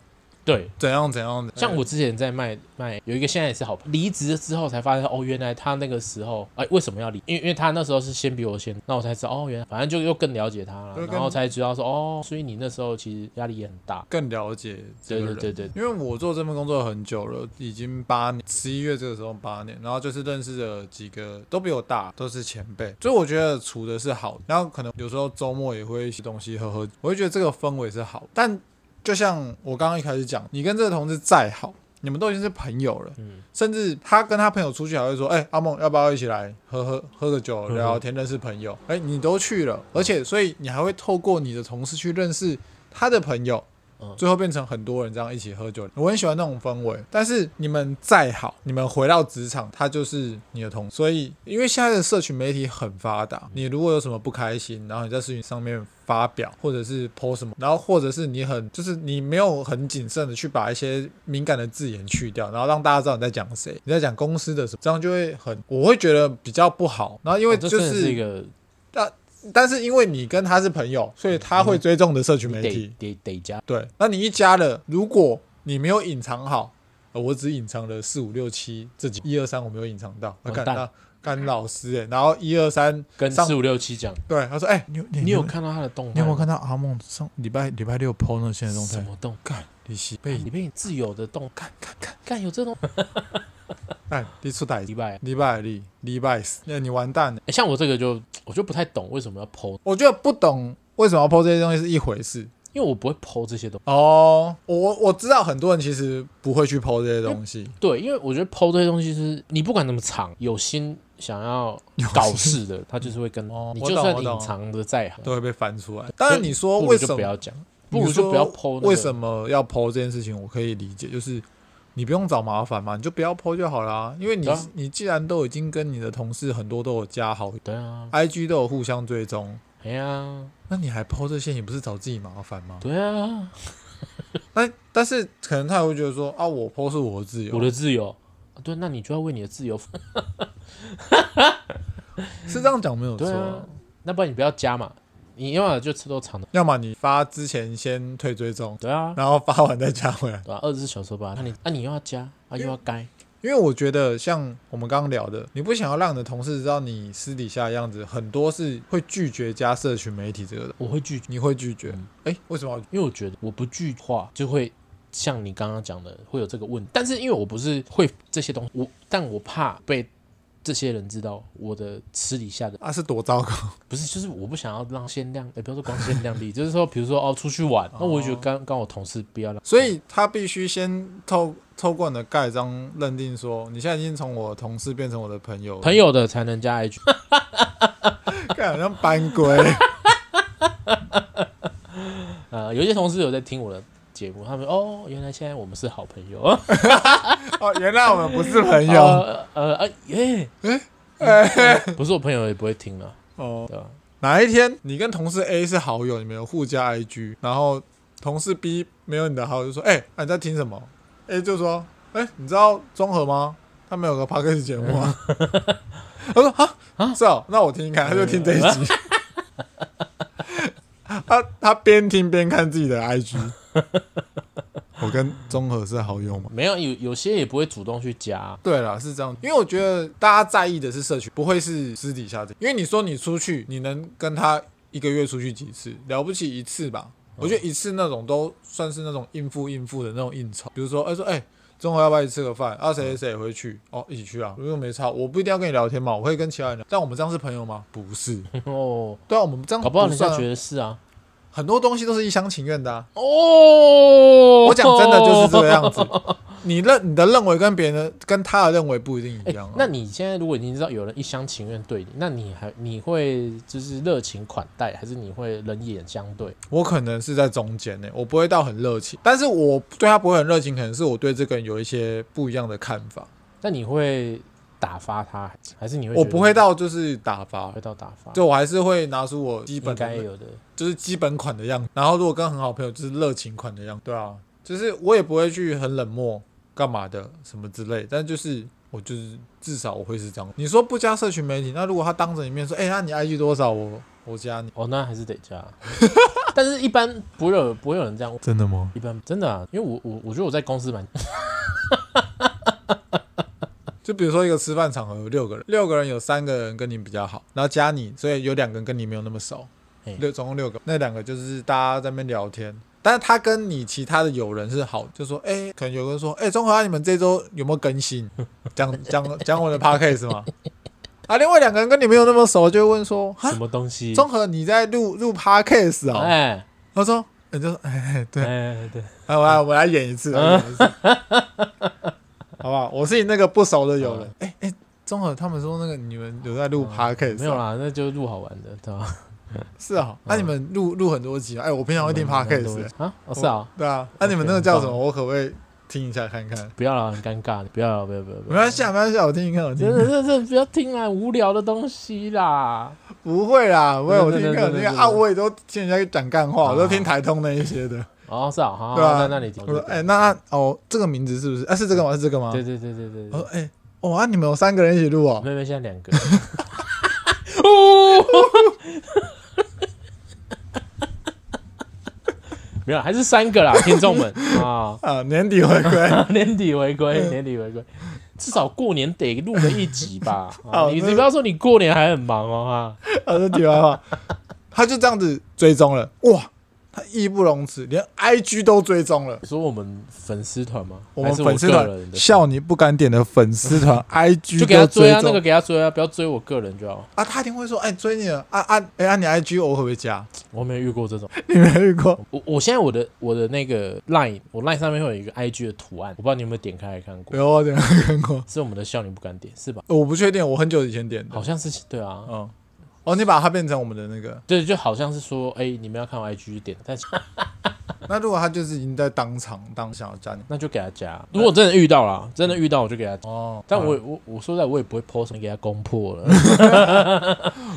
B: 对，
A: 怎样怎样的。
B: 像我之前在卖卖有一个现在也是好朋友，离职之后才发现哦，原来他那个时候哎、为什么要离？因为因为他那时候是先比我先，那我才知道哦，原来反正就又更了解他
A: 就
B: 了，
A: 是跟
B: 然后才知道说哦，所以你那时候其实压力也很大。
A: 更了解这
B: 对
A: 个
B: 对
A: 人。
B: 对对，
A: 因为我做这份工作很久了，已经八年，十一月这个时候八年，然后就是认识的几个都比我大，都是前辈，所以我觉得处的是好的。然后可能有时候周末也会一起东西喝喝，我会觉得这个氛围是好。但就像我刚刚一开始讲，你跟这个同事再好，你们都已经是朋友了，
B: 嗯
A: 甚至他跟他朋友出去还会说：“哎、阿梦，要不要一起来喝喝喝个酒，
B: 嗯
A: 聊聊天，认识朋友？”哎、你都去了，而且所以你还会透过你的同事去认识他的朋友
B: 嗯，
A: 最后变成很多人这样一起喝酒。我很喜欢那种氛围。但是你们再好，你们回到职场，他就是你的同事。所以，因为现在的社群媒体很发达，你如果有什么不开心，然后你在社群上面发表，或者是 po 什么，然后或者是你很就是你没有很谨慎的去把一些敏感的字眼去掉，然后让大家知道你在讲谁，你在讲公司的什么，这样就会很我会觉得比较不好。然后因为
B: 哦这
A: 就
B: 真的
A: 是
B: 是一个
A: 但是因为你跟他是朋友，所以他
B: 嗯
A: 会追踪你的社群媒体
B: 得。得得加
A: 对，那你一加了，如果你没有隐藏好，呃我只隐藏了四五六七这几一二三我没有隐藏到，那
B: 完
A: 干
B: 蛋
A: 那干老师哎、然后一二三，
B: 跟
A: 上
B: 四五六七讲，
A: 对，他说哎、你有你
B: 你有看到他的动态？
A: 你有没有看到阿梦上礼拜礼拜六 PO 那现在动
B: 什
A: 态？
B: 么动？
A: 干李希
B: 哎
A: 被
B: 你被你自由的动干
A: 干干
B: 干有这种
A: 干，哎你出歹
B: 礼拜、
A: 礼拜里礼拜四，那你完蛋了。
B: 哎 像我这个就我就不太懂为什么要剖，
A: 我觉得不懂为什么要 PO 这些东西是一回事
B: 因为我不会剖这些东西。
A: 哦，我我知道很多人其实不会去 PO 这些东西，
B: 对，因为我觉得剖这些东西就是你不管怎么藏，有心想要
A: 有
B: 搞
A: 心
B: 事 的，他就是会跟
A: 哦
B: 你，
A: 我
B: 就
A: 懂
B: 算
A: 我懂
B: 隐藏的再好，
A: 都会被翻出来。当然你说
B: 不如
A: 为
B: 就
A: 什么
B: 不要讲，
A: 你
B: 不如就不要
A: 说
B: 剖。
A: 为什？么要剖这件事情，我可以理解，就是你不用找麻烦嘛，你就不要剖就好啦。因为你、
B: 对啊
A: 你既然都已经跟你的同事很多都有加好
B: 对啊，
A: ，IG 都有互相追踪，
B: 哎呀，
A: 那你还剖这些，你不是找自己麻烦吗？
B: 对啊，
A: 那但是可能他也会觉得说啊，我剖是我的自由，
B: 我的自由。对，那你就要为你的自由负。
A: 是这样讲没有错
B: 啊对啊，那不然你不要加嘛，你要么就吃多长的，
A: 要么你发之前先退追踪，
B: 对啊，
A: 然后发完再加回来。
B: 对啊，二十四小时吧，那你那、你又要加啊又要该，
A: 因为我觉得像我们刚刚聊的，你不想要让你的同事知道你私底下的样子，很多是会拒绝加社群媒体这个的，
B: 我会拒绝，
A: 你会拒绝？哎、为什么要？
B: 因为我觉得我不拒话就会像你刚刚讲的会有这个问题，但是因为我不是会这些东西，我但我怕被这些人知道我的私底下的
A: 啊，是多糟糕？
B: 不是，就是我不想要让鲜亮，也、不要说光鲜亮丽， 就是说比如说哦出去玩，那我就觉得刚刚我同事不要让，
A: 所以他必须先透透过你的盖章认定说，你现在已经从我的同事变成我的朋友了，
B: 朋友的才能加 IG，
A: 看好像班规。
B: 呃，有一些同事有在听我的节目，他们哦，原来现在我们是好朋友，啊
A: 哦，原来我们不是朋友。 哎
B: 呃呃呃耶，不是我朋友也不会听了，
A: 哦，
B: 对吧？
A: 哪一天你跟同事 A 是好友，你们有互加 IG，然后同事 B 没有你的好友，就说：“哎、啊你在听什么？”A 就说：“哎、你知道综合吗？他们有个 p o d c a s 节目啊。” 他说：“啊啊，是哦，那我听听看。”他就听这一集。 他他边听边看自己的 IG。我跟综合是好友吗？
B: 没有有有些也不会主动去加，
A: 对啦，是这样，因为我觉得大家在意的是社群，不会是私底下的。因为你说你出去，你能跟他一个月出去几次？了不起一次吧？我觉得一次那种都算是那种应付应付的那种应酬。比如说，哎、说哎、中午要不要一起吃个饭？啊，谁谁谁也会去哦，一起去啊。我又没差，我不一定要跟你聊天嘛，我可以跟其他人聊。但我们这样是朋友吗？不是。
B: 哦，
A: 对啊，我们这样
B: 搞不好人
A: 算
B: 家
A: 啊
B: 觉得是啊，
A: 很多东西都是一厢情愿的、啊。
B: 哦，
A: 我讲真的就是这个 样子。你认你的认为跟别人的跟他的认为不一定一
B: 哎、
A: 样、啊
B: 那你现在如果已经知道有人一厢情愿对你，那你还你会就是热情款待，还是你会冷眼相对？
A: 我可能是在中间呢、欸我不会到很热情，但是我对他不会很热情，可能是我对这个人有一些不一样的看法。
B: 那你会打发他，还是你会？哦
A: 我不会，到就是打发
B: 会，到打发，
A: 就我还是会拿出我基
B: 应
A: 本
B: 该
A: 的，
B: 有的。
A: 就是基本款的样子。然后如果跟很好朋友，就是热情款的样子。对啊，就是我也不会去很冷漠干嘛的什么之类，但就是。我就是至少我会是这样。你说不加社群媒体，那如果他当着你面说，哎、那你 IG 多少？我我加你，
B: 哦，那还是得加，但是一般不会有不会有人这样，
A: 真的吗？
B: 一般真的啊，因为我我我觉得我在公司蛮
A: 啊就比如说一个吃饭场合有六个人，六个人有三个人跟你比较好，然后加你，所以有两个人跟你没有那么熟
B: 嘿，
A: 六总共六个，那两个就是大家在那边聊天。但是他跟你其他的友人是好，就说，哎、可能有个人说，哎、综合啊，你们这周有没有更新？ 讲讲讲我的 podcast 吗？啊，另外两个人跟你没有那么熟，就会问说，哈
B: 什，么东西，
A: 综合你在录录 podcast 啊、
B: 哎
A: 他说，你就说， 哎、对，
B: 哎 对，
A: 来，我来，我来演一次，
B: 啊
A: 来演一 次好不好？我是你那个不熟的友人。
B: 啊
A: 哎哎、综合他们说那个你们有在录 podcast，、
B: 没有？啦，那就录好玩的，对吧？
A: 是啊，那、你们录录很多集啊？哎、我平常 会听 podcast，、欸、
B: 啊，哦是啊，
A: 对啊。那、你们
B: OK，
A: 那个叫
B: 很
A: 什么？
B: 棒啊
A: 我可不可以听一下看看？
B: 不要啦，很尴尬，不要啦不要不要不
A: 没
B: 要，
A: 关系啊，没关系啊，我听一看，我听
B: 真
A: 一
B: 的
A: 看。
B: 真的不要听啦，无聊的东西啦。
A: 不会啦，不会，我听一
B: 对对对
A: 看，我听一
B: 对
A: 看
B: 对
A: 啊，
B: 对
A: 我也都听人家讲干话，
B: 啊
A: 我都听台通那一些的，
B: 哦，是啊，好，
A: 对啊。
B: 那那你
A: 我说，哎、那哦，这个名字是不是？啊，是这个吗？是这个吗？
B: 对对对对对
A: 我
B: 对
A: 说，，哎、哦啊，你们有三个人一起录哦。
B: 妹妹现在两 个，哦， 没有，还是三个啦，听众们啊，
A: 啊，年底回归。
B: 年底回归，年底回归，至少过年得录个一集 吧。啊
A: 好
B: 你
A: 那
B: 你不要说你过年还很忙哦哈，
A: 他说题外话，他就这样子追踪了，哇，他义不容辞，连 IG 都追踪了。
B: 你说我们粉丝团吗？
A: 我
B: 还
A: 们
B: 是
A: 粉丝
B: 个
A: 团
B: 人的，
A: 笑你不敢点的粉 丝团 IG
B: 就给他
A: 都
B: 追
A: 追
B: 啊，那个
A: 踪
B: 给他追啊，不要追我个人就好。
A: 啊，他一定会说，哎，追你了，啊啊，哎，按你 IG 我会不会加？
B: 我没有遇过这种。
A: 你没遇过？
B: 我我现在我的我的那个 line，我 line 上面会有一个 IG 的图案，我不知道你有没有点开来看过，
A: 有我点开看过，
B: 是我们的笑你不敢点是吧？
A: 我不确定，我很久以前点的
B: 好，像是对啊，
A: 嗯，哦，你把它变成我们的那个，
B: 对，就好像是说，哎、你们要看我 IG 点，但是，
A: 那如果他就是已经在当场当想要加你
B: 那就给他 加。如果真的遇到啦，真的遇到我就给他加。
A: 哦，
B: 但我我我说实在我也不会 po 什么给他攻破 了，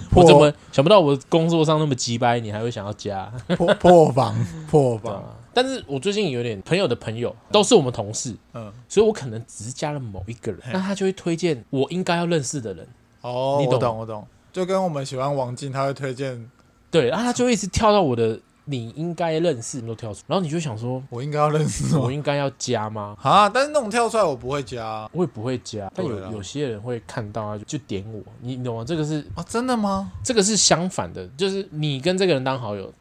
A: 破
B: 我怎么想不到我工作上那么鸡掰，你还会想要加？
A: 啊破破防破
B: 对
A: 防，
B: 啊但是我最近有点朋友的朋友都是我们同事，
A: 嗯，
B: 所以我可能只是加了某一个人，那他就会推荐我应该要认识的人。
A: 哦，
B: 你
A: 我
B: 懂
A: 懂，我懂，就跟我们喜欢王静，他会推荐
B: 对，然后他就一直跳到我的你应该认识都跳出，然后你就想说，
A: 我应该要认 识
B: 我
A: 我
B: 应该要加吗？
A: 啊，但是那种跳出来我不会加啊，
B: 我也不会加，但有
A: 对啊
B: 有些人会看到啊，就就点我，你你懂吗？这个是
A: 啊真的吗？
B: 这个是相反的，就是你跟这个人当好友，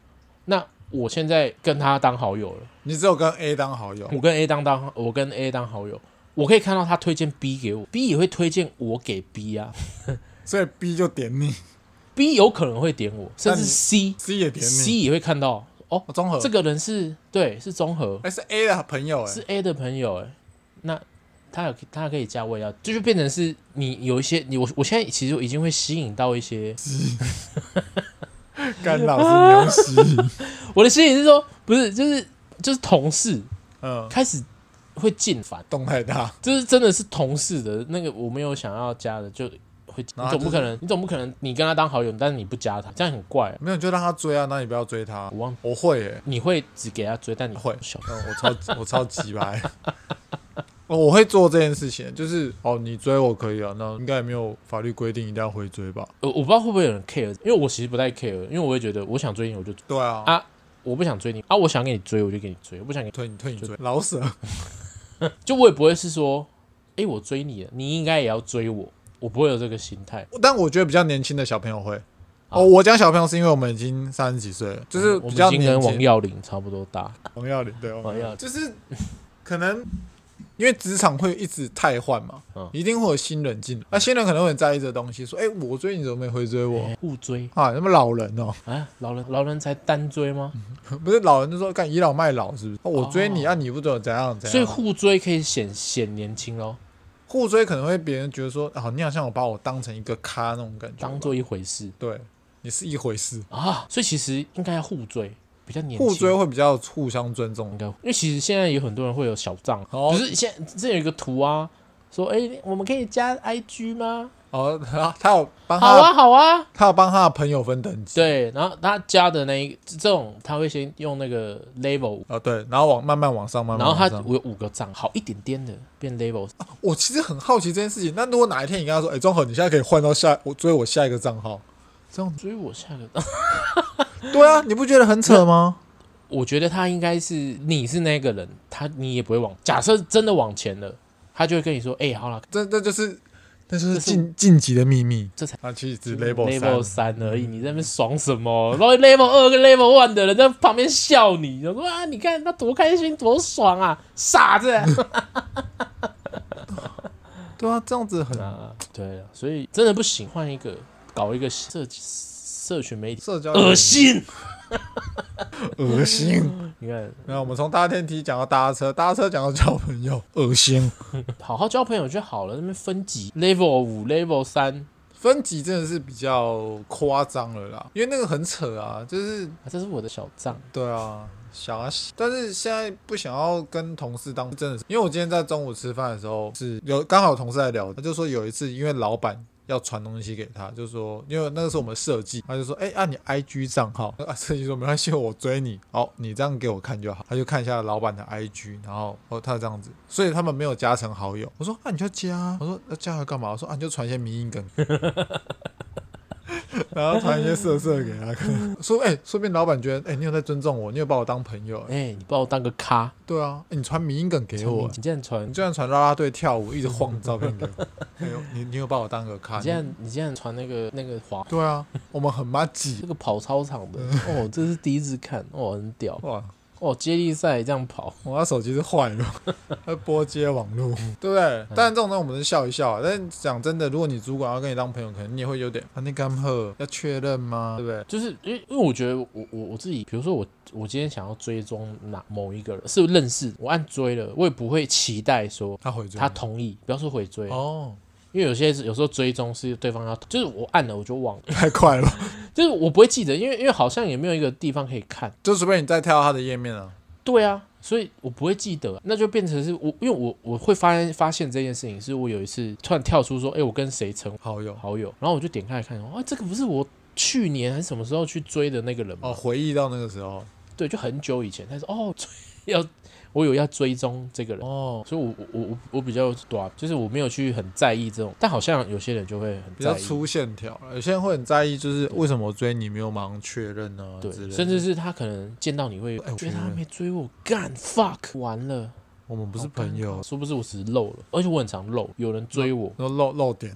B: 那我现在跟他当好友了，
A: 你只有跟 A 当好友，
B: 我跟 A 当当，我跟 A 当好友，我可以看到他推荐 B 给我，B 也会推荐我给 B 啊
A: 所以 B 就点你
B: ，B 有可能会点我，甚
A: 那
B: 至
A: 你
B: C
A: ，C 也点
B: C
A: 你，
B: 也会看到哦，
A: 哦综合
B: 这个人是对是综合，
A: 哎、是 A 的朋友哎、
B: 是 A 的朋友哎、那他有他可以加我也要，这就变成是你有一些你我我现在其实已经会吸引到一些，
A: 干老师你要吸引，
B: 我的吸引是说不是就是就是同事
A: 嗯，
B: 开始会进烦，
A: 动太大，
B: 就是真的是同事的那个我没有想要加的就。会，你
A: 然后
B: 总
A: 他就是
B: 不可能，你总不可能，你跟他当好友，但是你不加他，这样很怪、啊。
A: 没有你就让他追啊，那你不要追他
B: 我，忘，
A: 我会哎、
B: 你会只给他追，但你
A: 会
B: 小
A: 嗯，我超 我超级白。哦我会做这件事情，就是哦，你追我可以啊，那应该也没有法律规定一定要回追吧？
B: 呃，我不知道会不会有人 care，因为我其实不太 care，因为我会觉得我想追你我就追，
A: 对啊，
B: 啊我不想追你啊，我想给你追我就给你追，我不想给
A: 退你退你追，老舍，
B: 就我也不会是说，哎、我追你了，你应该也要追我，我不会有这个心态。
A: 但我觉得比较年轻的小朋友会。
B: 啊
A: 哦，我讲小朋友是因为我们已经三十几岁了，就是
B: 我
A: 比
B: 们
A: 较
B: 已经
A: 年
B: 跟
A: 轻
B: 王。耀玲差不多大，
A: 王耀林，对，
B: 王耀玲
A: 就是可能因为职场会一直汰换嘛
B: 嗯，
A: 一定会有新人进来，那新人可能会很在意这东西，说，哎，我追你怎么没回追我
B: 哎？互追
A: 啊，那么老人哦，
B: 啊，老人老人才单追吗？
A: 嗯不是老人就说干倚老卖老是不是？哦我追你
B: 哦
A: 啊，你不准怎样怎
B: 所以
A: 样。
B: 互追可以显显年轻咯，
A: 互追可能会别人觉得说，啊，你好像有把我当成一个咖那种感觉吧，
B: 当做一回事
A: 对你是一回事。
B: 啊。所以其实应该要互追，比较年轻。
A: 互追会比较互相尊
B: 应
A: 重，
B: 该，因为其实现在有很多人会有小账，
A: 哦
B: 不是现这有一个图啊，说哎、诶我们可以加 IG 吗？
A: 哦，他他有帮
B: 好
A: 他的
B: 啊，好啊。
A: 他有帮他的朋友分等级，
B: 对，然后他加的那一这种，他会先用那个 level
A: 哦对，然后往慢慢往上，慢慢
B: 然后
A: 往
B: 他
A: 上。
B: 哦我有五个账，好一点点的变 level，
A: 我其实很好奇这件事情。那如果哪一天你跟他说，哎、庄和，你现在可以换到下我追我下一个账号，这样
B: 所以我下个，
A: 对啊，你不觉得很扯吗？
B: 我觉得他应该是你是那个人，他你也不会往，假设真的往前了，他就会跟你说，哎、好了，
A: 这这就是那就是
B: 这是
A: 晋晋级的秘密，
B: 这才
A: 他其实只 label 三
B: level 三嗯而已，你在那边爽什么？然后 level 二跟 level one 的人在旁边笑你，然后说啊，你看他多开心多爽啊，傻子。
A: 对啊，这样子很、
B: 啊，对啊，所以真的不行，换一个搞一个社社群媒体，
A: 社交，
B: 恶，心。
A: 恶心。
B: 你看，
A: 那我们从搭电梯讲到搭车，搭车讲到交朋友，恶心。
B: 好好交朋友就好了，那边分级 level 五 level 三。
A: 分级真的是比较夸张了啦，因为那个很扯啊，就是
B: 啊，这是我的小账，
A: 对啊，想啊，但是现在不想要跟同事当，真的是，因为我今天在中午吃饭的时候是有刚好有同事在聊，他就说有一次因为老板。要传东西给他，就说，因为那个是我们设计，他就说，哎、按、你 IG 账号，啊，设计说没关系，我追你，好，你这样给我看就好，他就看一下老板的 IG，然后哦，他这样子，所以他们没有加成好友，我说，啊，你就加啊，我说那加了干嘛？我说啊，你就传一些迷音梗，然后传一些色色给他，看，说，哎、说不定老板觉得，哎、你有在尊重我，你有把我当朋友、哎
B: 哎、你把我当个咖，
A: 对啊，欸你传迷音梗给
B: 你
A: 我，欸
B: 竟然传，
A: 你
B: 你
A: 居然传啦啦队跳舞一直晃的照片给 我，哎呦，你你有把我当个看？
B: 竟然你竟然传那个那个滑，
A: 对啊，我们很妈挤
B: 这个跑操场 的，哦，这是第一次看，哦，很屌，
A: 哇！
B: 哦，接力赛这样跑，
A: 我那手机是坏了，它拨接网络，对不对？但这种东西我们是笑一笑啊。但讲真的，如果你主管要跟你当朋友，可能你也会有点啊，你干喝要确认吗？对不对？
B: 就是因为因为我觉得我我我自己，比如说我我今天想要追踪哪某一个人是认识，我按追了，我也不会期待说
A: 他回追
B: 他同意，不要说回追，
A: 哦，
B: 因
A: 因
B: 为有些有时候追踪是对方要，就是我按了我就忘了，
A: 为太快了吧，
B: 就是我不会记得，因为因为好像也没有一个地方可以看。
A: 就除非你再跳到他的页面啊。
B: 对啊，所以我不会记得，啊那就变成是我，因为我我会发现发现这件事情，是我有一次突然跳出说，哎、我跟谁成
A: 好友
B: 好友，然后我就点开来看，啊，这个不是我去年还是什么
A: 哦
B: 时候去追的那个人吗？
A: 哦，回忆到那个时候，
B: 对，就很久以前，他说哦，追要我有要追踪这个人，
A: 哦，
B: 所以我我我我比较短，就是我没有去很在意这种，但好像有些人就会很
A: 比较
B: 在意。
A: 粗线条啦，有些人会很在意，就是为什么我追你没有马上确认呢、啊？
B: 对
A: 之类，的
B: 甚至是他可能见到你会
A: 哎我
B: 觉得
A: 觉
B: 他
A: 得
B: 没追我，干 fuck 完了，
A: 我们不是
B: 好尴
A: 朋友
B: 尬，说不是我只是漏了，而且我很常漏，有人追我，
A: 然后漏漏点，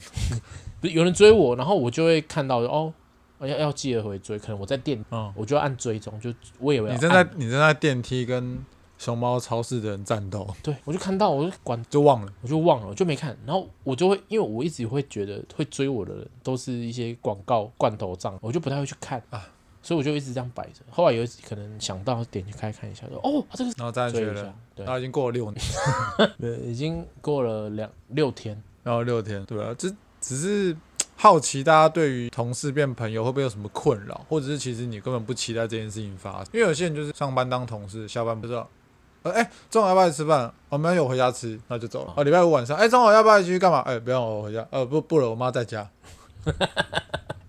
B: 不是有人追我，然后我就会看到哦，要要记得回追，可能我在店，
A: 嗯，
B: 我就要按追踪，就我以为要
A: 你正在
B: 按
A: 你正在电梯跟熊猫超市的人战斗，
B: 对，我就看到，我就管
A: 就忘了，
B: 我就忘了，我就没看。然后我就会，因为我一直会觉得会追我的人都是一些广告罐头账，我就不太会去看
A: 啊，
B: 所以我就一直这样摆着。后来有一次可能想到点去开看一下，说哦，啊这个是
A: 然后再
B: 追
A: 确
B: 一
A: 认
B: 下，，对
A: 啊然，后已经过了六年，
B: 呃已经过了两六天，
A: 然后六天，对啊，这只是好奇大家对于同事变朋友会不会有什么困扰，或者是其实你根本不期待这件事情发生，因为有些人就是上班当同事，下班不知道。呃，哎、中午要不要吃饭？我们有回家吃，那就走了。哦，礼拜五晚上，哎、中午要不要一起去干嘛？哎、不用，我回家。呃，不，不了，我妈在家。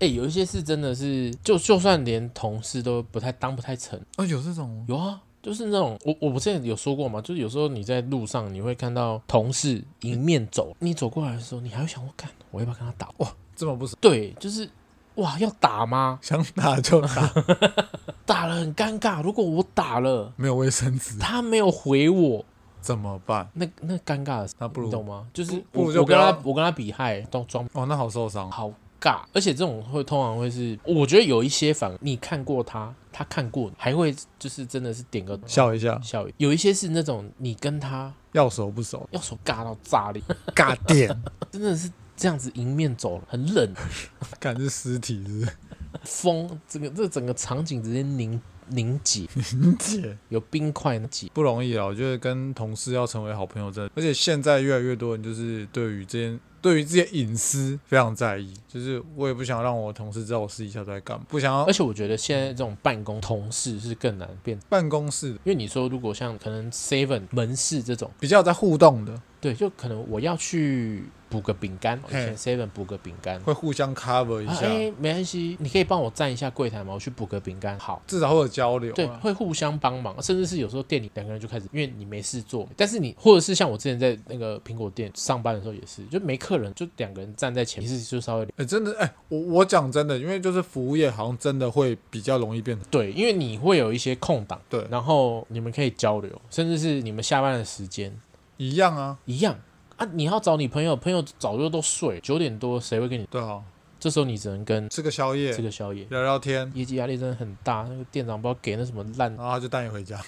B: 哎、有一些是真的是，就就算连同事都不太当不太成，
A: 哦，有这种
B: 有啊。就是那种我我不之前有说过嘛，就是有时候你在路上你会看到同事迎面走，你走过来的时候，你还会想我干，我要不要跟他打？
A: 这么不爽，
B: 对，就是哇，要打吗？
A: 想打就打，
B: 打了很尴尬。如果我打了，
A: 没有卫生纸
B: 他没有回我，
A: 怎么办？
B: 那那尴尬的事，
A: 那不
B: 你
A: 如
B: 懂吗？就是
A: 不
B: 我
A: 不如就
B: 我
A: 不
B: 跟
A: 要
B: 他我跟他比嗨，都装
A: 哦，那好受伤。
B: 好尬。而且这种会通常会是，我觉得有一些反而你看过他，他看过你，还会就是真的是点个
A: 笑一下，
B: 笑。有一些是那种你跟他
A: 要熟不熟，
B: 要手尬到炸裂，
A: 尬电，
B: 真的是这样子迎面走了，很冷，
A: 感是尸体是
B: 风，这个这整个场景直接凝凝结，
A: 不是姐
B: 有冰块结。
A: 不容易啊。我觉得跟同事要成为好朋友真的，而且现在越来越多人就是对于这件。对于这些隐私非常在意，就是我也不想让我同事知道我私底下都在干嘛，不想要
B: 而且我觉得现在这种办公同事是更难变
A: 办公室的
B: 因为你说，如果像可能 Seven 门市这种，
A: 比较有在互动的，
B: 对，就可能我要去补个饼干，以
A: 嘿
B: 前 Seven 补个饼干，
A: 会互相 cover 一
B: 啊
A: 下，
B: 哎，没关系，你可以帮我站一下柜台吗？我去补个饼干，好。
A: 至少会有交流、
B: 对，
A: 啊。
B: 会互相帮忙，甚至是有时候店里两个人就开始，因为你没事做，但是你或者是像我之前在那个苹果店上班的时候也是，就没客人，就两个人站在前面，其实就稍微
A: 哎、真的，哎、我我讲真的，因为就是服务业好像真的会比较容易变
B: 对，因为你会有一些空档，
A: 对
B: 然后你们可以交流，甚至是你们下班的时间，
A: 一样啊，
B: 一样啊！你要找你朋友，朋友早就都睡，九点多谁会跟你？
A: 对啊，
B: 这时候你只能跟
A: 吃个宵夜，
B: 这个宵夜，
A: 聊聊天，
B: 业绩压力真的很大。那个店长不知道给那什么烂
A: 然后他就带你回家。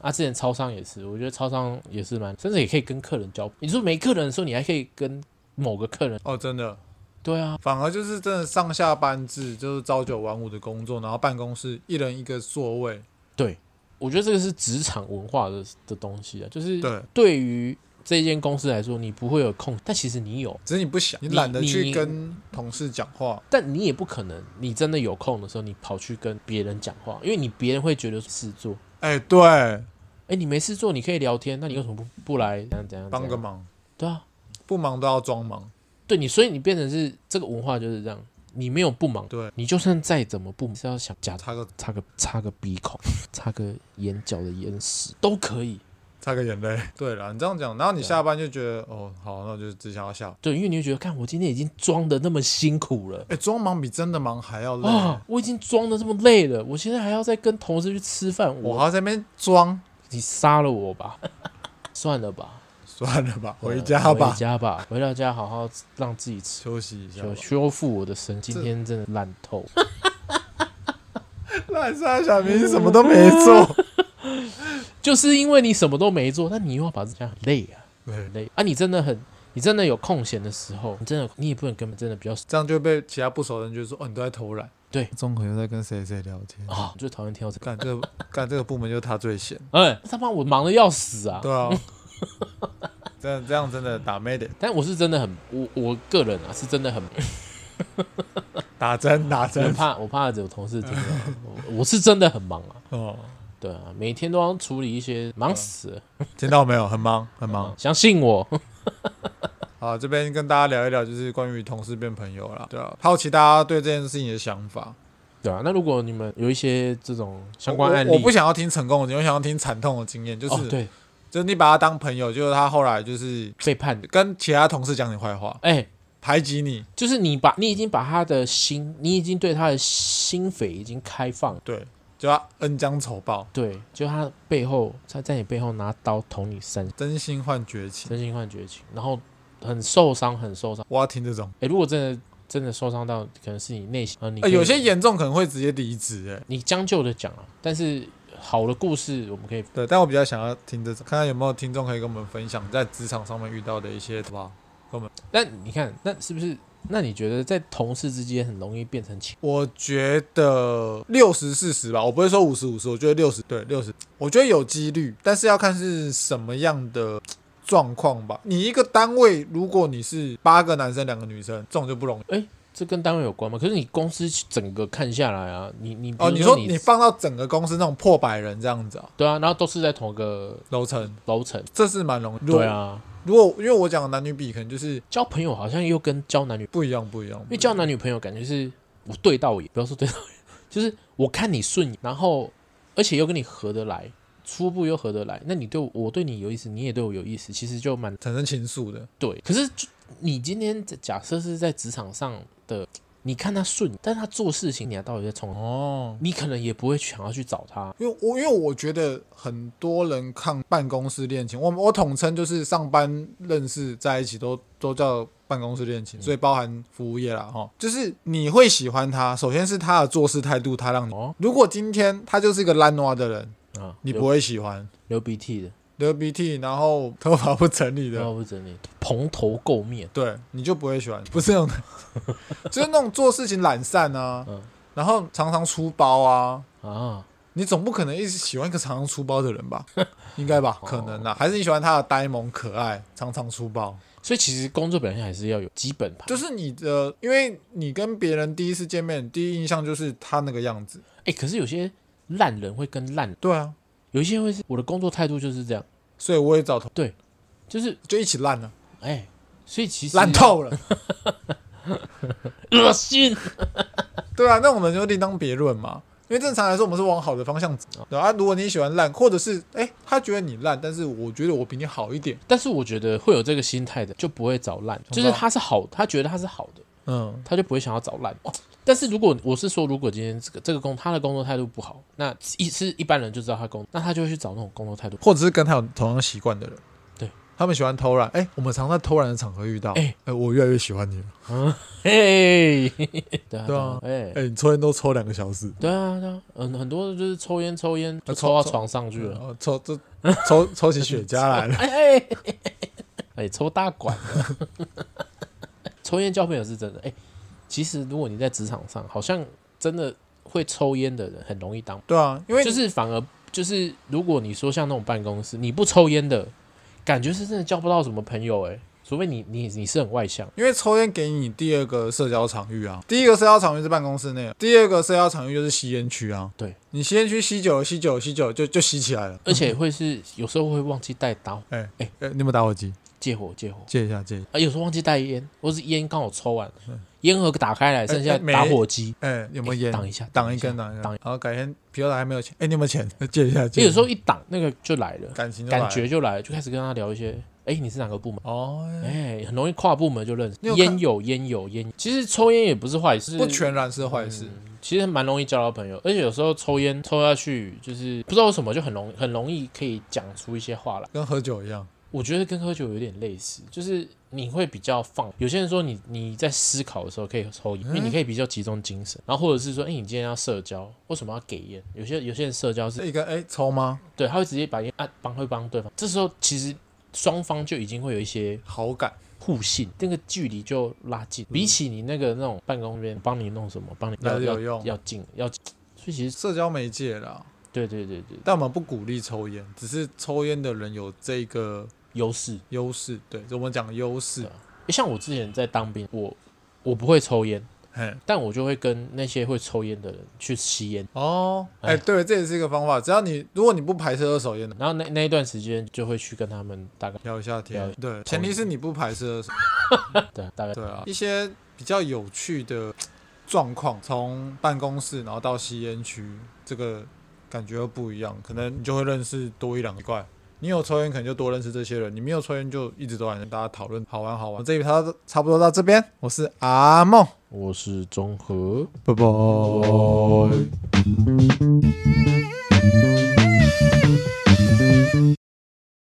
B: 啊！之前超商也是，我觉得超商也是蛮，甚至也可以跟客人交。你说没客人的时候，你还可以跟某个客人，
A: 哦，真的，
B: 对啊，
A: 反而就是真的上下班制，就是朝九晚五的工作，然后办公室一人一个座位。
B: 我觉得这个是职场文化的的东西啊，就是
A: 对，
B: 对于这间公司来说，你不会有空，但其实你有，
A: 只是你不想，你
B: 你
A: 懒得
B: 你
A: 去跟同事讲话。
B: 但你也不可能，你真的有空的时候，你跑去跟别人讲话，因为你别人会觉得是事做。
A: 哎、对，
B: 哎、你没事做，你可以聊天，那你为什么不不来？怎样怎样？
A: 帮个
B: 怎样？
A: 忙，
B: 对啊，
A: 不忙都要装忙。
B: 对你，所以你变成是这个文化就是这样，你没有不忙，
A: 对，
B: 你就算再怎么不忙，是要想假
A: 擦个
B: 擦个擦个鼻孔， 擦个眼角的眼屎都可以。
A: 擦个眼泪。对了，你这样讲，然后你
B: 对啊
A: 下班就觉得，哦，好，那我就只想要下。
B: 对，因为你会觉得，看我今天已经装的那么辛苦了
A: 哎、装忙比真的忙还要累。
B: 啊，我已经装的这么累了，我现在还要再跟同事去吃饭，
A: 我
B: 我
A: 还要在那边装，
B: 你杀了我吧， 算了吧，
A: 算了吧，啊回
B: 对
A: 家吧
B: 回，家吧，回到家好好让自己吃。
A: 休息一下吧
B: 修。修复我的神，今
A: 这
B: 天真的烂 透。
A: 烂沙小明什么都没 做。
B: 就是因为你什么都没做，但你又要把自己这样很累啊，
A: 对
B: 很累啊！你真的很，你真的有空闲的时候，你真的你也不能根本真的比较
A: 这样就会被其他不熟的人就说：“哦，你都在偷懒。”
B: 对
A: 中和又在跟谁谁聊天。
B: 啊，我最讨厌听到这个。
A: 干这个干这个部门就是他最闲。
B: 哎、他妈我忙的要死啊！
A: 对啊，这样这样真的打妹的，
B: 但我是真的很，我我个人啊是真的很，
A: 打针打
B: 我
A: 针
B: 怕我怕有同事听到，我我是真的很忙啊，
A: 哦，
B: 对啊，每天都要处理一些，忙死了，
A: 听到没有？很忙很忙。
B: 相信我，
A: 好，这边跟大家聊一聊，就是关于同事变朋友啦。对啊，好奇大家对这件事情的想法。
B: 对啊，那如果你们有一些这种相关案例，
A: 我我不想要听成功的经验，我想要听惨痛的经验，就是、
B: 哦，对，
A: 就是你把他当朋友，就是他后来就是
B: 背叛，
A: 跟其他同事讲你坏话，
B: 哎、
A: 排挤你，
B: 就是你把你已经把他的心，你已经对他的心扉已经开放了，
A: 对，就要恩将仇报，
B: 对，就他背后他在你背后拿刀捅你三
A: 真心换绝情。
B: 真心换绝情，然后很受伤，很受伤。
A: 我要听这种，
B: 哎、如果真的真的受伤到可能是你内心，呃，你可
A: 呃
B: 以
A: 有些严重可能会直接离职，哎，
B: 你将就的讲啊，但是好的故事我们可以
A: 对，但我比较想要听这种，看看有没有听众可以跟我们分享在职场上面遇到的一些，好不好？
B: 那你看，那是不是？那你觉得在同事之间很容易变成情？
A: 我觉得六十四十吧，我不会说五十五十，我觉得六十对六十，我觉得有几率，但是要看是什么样的状况吧。你一个单位，如果你是八个男生两个女生，这种就不容易。
B: 这跟单位有关吗？可是你公司整个看下来啊，你你
A: 哦，
B: 比
A: 你
B: 如
A: 说
B: 你
A: 你放到整个公司那种破百人这样子啊，
B: 对啊，然后都是在同一个
A: 楼层
B: 楼层，
A: 这是蛮容易。如果
B: 对，啊，
A: 如果因为我讲的男女比，可能就是
B: 交朋友好像又跟交男女，
A: 不一样，不一样。
B: 因
A: 不
B: 为
A: 一样
B: 交男女朋友感觉是我对到眼，不要说对到眼，就是我看你顺眼，然后而且又跟你合得来，初步又合得来，那你对我我对你有意思，你也对我有意思，其实就蛮
A: 产生情愫的，
B: 对，可是就你今天假设是在职场上的，你看他顺，但他做事情你还到底在冲他，
A: 哦，
B: 你可能也不会想要去找他。
A: 因为我因为我觉得很多人看办公室恋情，我我统称就是上班认识在一起都都叫办公室恋
B: 嗯
A: 情，所以包含服务业啦哈。就是你会喜欢他，首先是他的做事态度，他让你。
B: 哦
A: 如果今天他就是一个烂娃的人，
B: 啊，
A: 你不
B: 流
A: 会喜欢
B: 流鼻涕的，
A: 流鼻涕，然后头发不整理的
B: 然，后不整理，蓬头垢面，
A: 对你就不会喜欢，不是那种 的，就是那种做事情懒散啊，
B: 嗯
A: 然后常常出包啊，
B: 啊，
A: 你总不可能一直喜欢一个常常出包的人吧？应该吧？可能啊，还是你喜欢他的呆萌可爱，常常出包？
B: 所以其实工作表现还是要有基本盘。
A: 就是你的，因为你跟别人第一次见面，第一印象就是他那个样子。
B: 哎、可是有些烂人会跟烂人，
A: 对啊，
B: 有一些会是我的工作态度就是这样，
A: 所以我也找同，
B: 就是
A: 就一起烂了，
B: 哎、所以其实
A: 烂透了。
B: 恶心。
A: 对啊，那我们就另当别论嘛。因为正常来说，我们是往好的方向走。对啊，如果你喜欢烂，或者是哎、他觉得你烂，但是我觉得我比你好一点。
B: 但是我觉得会有这个心态的，就不会找烂，就是他是好，他觉得他是好的。
A: 嗯，
B: 他就不会想要找烂。哦但是如果我是说，如果今天这个这个工他的工作态度不好，那一是一般人就知道他工，那他就会去找那种工作态 度。
A: 或者是跟他有同样习惯的人，
B: 对，
A: 他们喜欢偷懒。哎、我们常在偷懒的场合遇到。哎、
B: 哎
A: 我越来越喜欢你了。
B: 嘿，对啊，
A: 对
B: 对
A: 啊
B: 啊，哎，
A: 哎、你抽烟都抽两个小时，
B: 对啊，对啊，嗯，很多就是抽烟抽烟
A: 啊
B: 就
A: 抽
B: 呃抽到床上去了，
A: 哦抽这抽抽起雪茄来了。
B: 哎哎， 哎，抽大管的， 抽烟交朋友是真的。哎，其实如果你在职场上，好像真的会抽烟的人很容易当
A: 对啊，因为
B: 就是反而就是，如果你说像那种办公室，你不抽烟的，感觉是真的交不到什么朋友哎、除非你你你是很外向，
A: 因为抽烟给你第二个社交场域啊，第一个社交场域是办公室内，啊第二个社交场域就是吸烟区啊。
B: 对，呃
A: 你吸烟区吸久了，吸久了，吸久了就就吸起来了。
B: 而且会是有时候会忘记带打火
A: 哎、
B: 哎
A: 哎、你有没有打火机？
B: 借火借火，
A: 借一下，借一下。
B: 啊有时候忘记带烟，或是烟刚好抽完，
A: 嗯
B: 烟盒打开来剩下打火机，
A: 哎、有没有烟？
B: 挡一下
A: 挡一根，
B: 下
A: 挡一根。
B: 挡一
A: 然后改天皮球打还没有钱，哎、你有没有钱？借一下，
B: 因
A: 借
B: 为
A: 一
B: 有
A: 下。
B: 时候一挡那个就来了，
A: 感情就来了
B: 感觉就来了，就开始跟他聊一些，哎、你是哪个部门？
A: 哦、哎
B: 哎、很容易跨部门就认识
A: 你有，看
B: 烟友烟友烟友，其实抽烟也不是坏事，
A: 不全然是坏事。
B: 其实蛮容易交到朋友，而且有时候抽烟抽下去，就是不知道为什么就很容很容易可以讲出一些话来。
A: 跟喝酒一样，
B: 我觉得跟喝酒有点类似，就是你会比较放。有些人说你你在思考的时候可以抽烟，因为
A: 嗯
B: 你可以比较集中精神。然后或者是说，哎、你今天要社交，为什么要给烟？有些有些人社交是
A: 这一根哎、抽吗？
B: 对，他会直接把烟啊帮会帮对方。这时候其实双方就已经会有一些
A: 好感，
B: 互信，那个距离就拉近。比起你那个那种办公边帮你弄什么，帮你
A: 嗯那
B: 要
A: 就有
B: 要
A: 用
B: 要近要近，所以其实
A: 社交媒介啦。
B: 对对对对，
A: 但我们不鼓励抽烟，只是抽烟的人有这个
B: 优势。
A: 优势，对，我们讲优势
B: 对，像我之前在当兵，我我不会抽烟，
A: 嘿，
B: 但我就会跟那些会抽烟的人去吸烟，
A: 哦，哎、
B: 哎
A: 对，这也是一个方法，只要你如果你不排斥二手烟的，
B: 然后那那一段时间就会去跟他们大概
A: 聊一下天
B: 聊，
A: 对，前提是你不排斥二手，
B: 对大概
A: 对啊，一些比较有趣的状况，从办公室然后到吸烟区，这个感觉又不一样，可能你就会认识多一两个怪。你有抽烟，可能就多认识这些人；你没有抽烟，就一直都来跟大家讨论，好玩好玩。这一趴差不多到这边，我是阿梦，
B: 我是中和。
A: 拜拜。